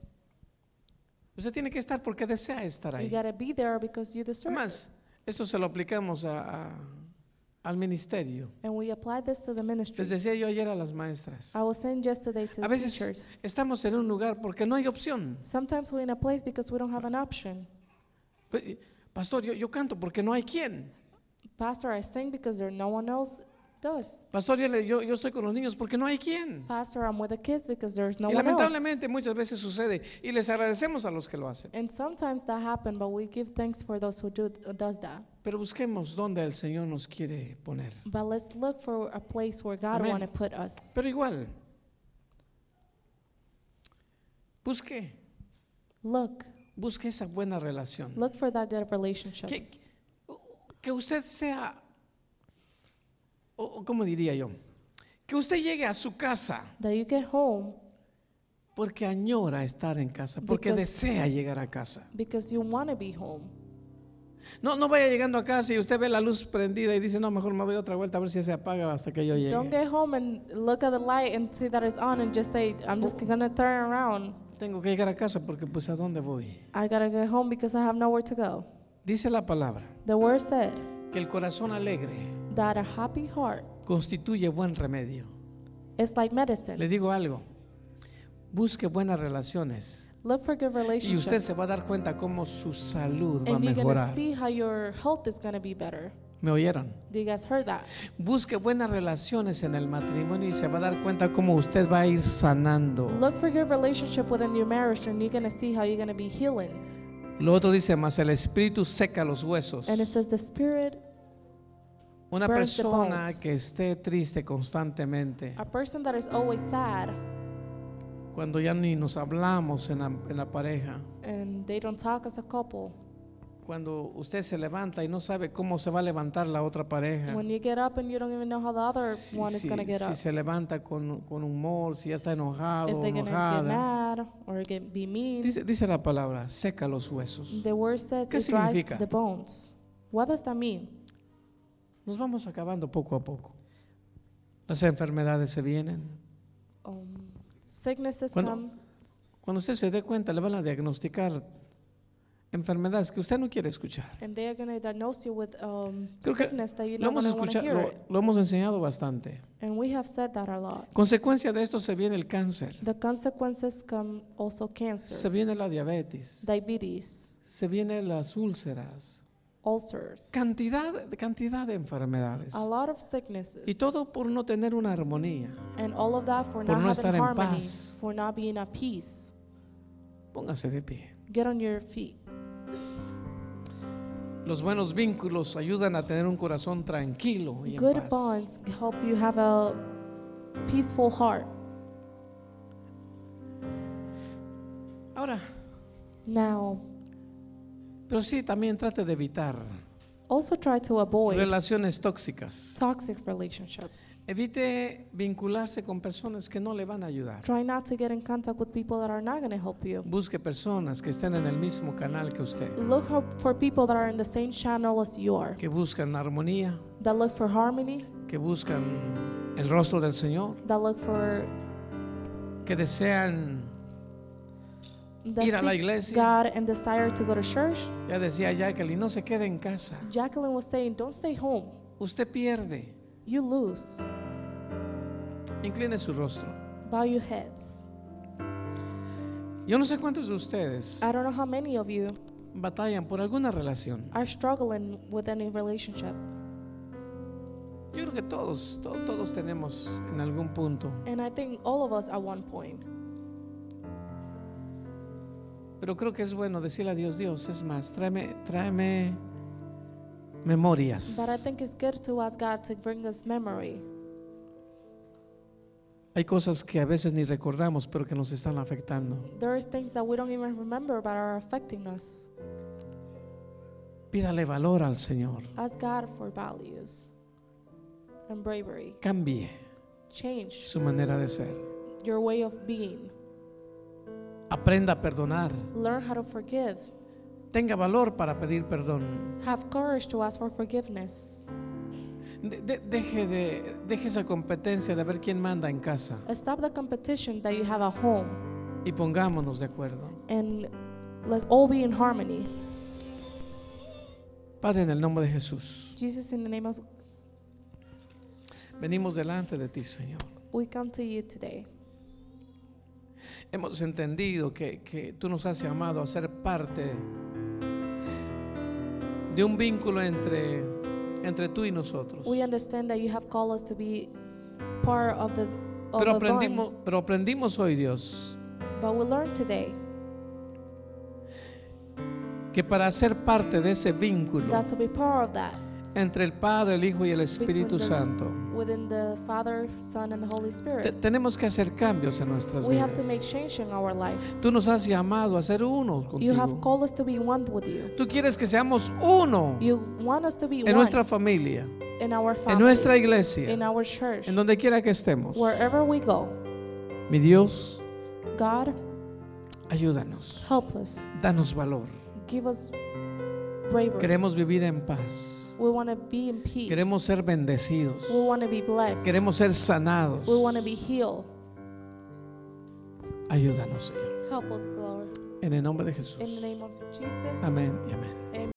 A: Usted tiene que estar porque desea estar
B: You
A: ahí.
B: gotta be there because you deserve it.
A: Además, esto se lo aplicamos a- a- al ministerio.
B: And we apply this to the ministry.
A: Les decía yo ayer a las maestras.
B: I was saying yesterday to
A: A
B: the
A: veces
B: teachers.
A: estamos en un lugar porque no hay opción.
B: Sometimes we're in a place because we don't have an option.
A: Pe- Pastor, yo, yo canto porque no hay quien.
B: Pastor, I sing because there no one else does.
A: Pastor, yo, le- yo, yo estoy con los niños porque no hay quien.
B: Pastor, I'm with the kids because there's Ah, no
A: y
B: one else.
A: lamentablemente muchas veces sucede y les agradecemos a los que lo hacen.
B: And sometimes that happens, but we give thanks for those who do uh, does that.
A: Pero busquemos dónde el Señor nos quiere poner.
B: But let's look for a place where God
A: Amén.
B: want to put us.
A: Pero igual, busque,
B: Look,
A: busque esa buena relación.
B: look for that good
A: Que,
B: relationships.
A: que usted sea, o- o ¿cómo diría yo? Que usted llegue a su casa
B: That you get home
A: porque añora estar en casa, porque
B: Because-
A: desea llegar a casa.
B: because you want to be home.
A: No, no vaya llegando a casa y usted ve la luz prendida y dice, no, mejor me doy otra vuelta a ver si se apaga hasta que yo
B: Don't
A: llegue.
B: get home and look at the light and see that it's on and just say, I'm just gonna turn around.
A: Tengo que llegar a casa porque pues a dónde voy.
B: I gotta get home because I have nowhere to go.
A: Dice la palabra
B: The word said
A: que el corazón alegre
B: that a happy heart
A: constituye buen remedio.
B: is like
A: Le
B: medicine.
A: digo algo, busque buenas relaciones
B: Look for good
A: y usted
B: relationships.
A: se va a dar cuenta cómo su salud va a
B: And you're gonna
A: mejorar.
B: see how your health is gonna be better.
A: ¿Me oyeron?
B: Do you guys heard that?
A: Busque buenas relaciones en el matrimonio y se va a dar cuenta cómo usted va a ir sanando.
B: Look for good relationship within your marriage and you're gonna see how you're gonna be healing.
A: Lo otro dice, más el espíritu seca los huesos.
B: And it says the spirit,
A: Una
B: Burns the
A: persona
B: bones.
A: que esté triste constantemente,
B: a person that is always sad
A: cuando ya ni nos hablamos en la, en la pareja,
B: and they don't talk as a couple.
A: cuando usted se levanta y no sabe cómo se va a levantar la otra pareja,
B: When you get up and you don't even know how the other
A: si,
B: one is
A: si-
B: gonna get
A: si
B: up.
A: se levanta con, con humor, si ya está enojado,
B: if they're gonna get
A: enojada.
B: mad or get, be mean.
A: Dice, dice la palabra, seca los huesos.
B: the word says
A: ¿Qué
B: it dries
A: significa?
B: the bones. What does that mean?
A: Nos vamos acabando poco a poco. Las enfermedades se vienen.
B: Um, sicknesses
A: Cuando-
B: come.
A: Cuando usted se dé cuenta, le van a diagnosticar enfermedades que usted no quiere escuchar.
B: and they are going to diagnose you with um,
A: Creo que
B: sickness that you
A: Lo
B: don't
A: hemos,
B: want to
A: escuchado,
B: hear
A: lo,
B: it.
A: lo hemos enseñado bastante.
B: And we have said that a lot.
A: Consecuencia de esto se viene el cáncer,
B: The consequences come also cancer,
A: se viene la diabetes,
B: diabetes,
A: se vienen las úlceras,
B: ulcers,
A: cantidad, cantidad de enfermedades.
B: a lot of sicknesses,
A: Y todo por no tener una armonía.
B: and all of that for
A: Por
B: not
A: no estar
B: having
A: en
B: harmony,
A: paz.
B: for not being at peace.
A: Póngase de pie.
B: Get on your feet.
A: Los buenos vínculos ayudan a tener un corazón tranquilo y en
B: Good
A: paz.
B: bonds help you have a peaceful heart.
A: Ahora,
B: Now,
A: pero sí también trate de evitar
B: also try to avoid
A: relaciones tóxicas.
B: toxic relationships.
A: Evite vincularse con personas que no le van a ayudar.
B: Try not to get in contact with people that are not going to help you.
A: Busque personas que estén en el mismo canal que usted,
B: Look ho- for people that are in the same channel as you are,
A: que buscan armonía,
B: that look for harmony,
A: que buscan el rostro del Señor,
B: that look for
A: que desean,
B: that
A: Ir a la
B: seek
A: iglesia.
B: God and desire to go to church.
A: ya decía Jacqueline, no se quede en casa.
B: Jacqueline was saying, don't stay home.
A: Usted pierde.
B: You lose.
A: Incline su rostro.
B: Bow your heads.
A: Yo no sé cuántos de ustedes
B: I don't know how many of you
A: batallan por alguna relación.
B: are struggling with any relationship.
A: Yo creo que todos, to- todos tenemos en algún punto.
B: And I think all of us at one point.
A: Pero creo que es bueno decirle a Dios, Dios, es más, tráeme, tráeme memorias.
B: But I think it's good to ask God to bring us memory.
A: Hay cosas que a veces ni recordamos, pero que nos están afectando.
B: There's things that we don't even remember but are affecting us.
A: Pídale valor al Señor.
B: Ask God for values and bravery.
A: Cambie
B: Change
A: su manera de ser.
B: your way of being.
A: Aprenda a perdonar.
B: Learn how to forgive.
A: Tenga valor para pedir perdón.
B: Have courage to ask for forgiveness.
A: De- de- deje, de, deje esa competencia de ver quién manda en casa
B: Stop the competition that you have at home
A: y pongámonos de acuerdo.
B: and let's all be in harmony.
A: Padre, en el nombre de Jesús,
B: Jesus, in the name of
A: venimos delante de ti, Señor.
B: we come to you today.
A: Hemos entendido que, que tú nos has llamado a ser parte de un vínculo entre, entre tú y nosotros.
B: We understand that you have called us to be part of the of
A: Pero
B: a bond,
A: aprendimos, pero aprendimos hoy, Dios,
B: but we learned today
A: que para ser parte de ese vínculo
B: that to be part of that
A: entre el Padre, el Hijo y el
B: between
A: Espíritu
B: the-
A: Santo,
B: within the Father, Son, and the Holy
A: te-
B: Spirit.
A: tenemos que hacer cambios en nuestras
B: We have to make
A: vidas.
B: change in our lives.
A: Tú nos has llamado a ser uno
B: You have
A: contigo.
B: called us to be one with you.
A: Tú quieres que seamos uno
B: You want us to be
A: en
B: one
A: nuestra familia,
B: in our family,
A: en nuestra iglesia,
B: in our church,
A: en donde quiera que estemos.
B: wherever we go.
A: Mi Dios,
B: God,
A: ayúdanos,
B: help us.
A: danos valor.
B: Give us bravery.
A: Queremos vivir en paz.
B: We want to be in peace.
A: Queremos ser bendecidos.
B: we want to be blessed.
A: Queremos ser sanados.
B: we want to be healed.
A: Ayúdanos, Señor.
B: Help us, Lord.
A: En el nombre de Jesús.
B: In the name of Jesus.
A: Amén y amén.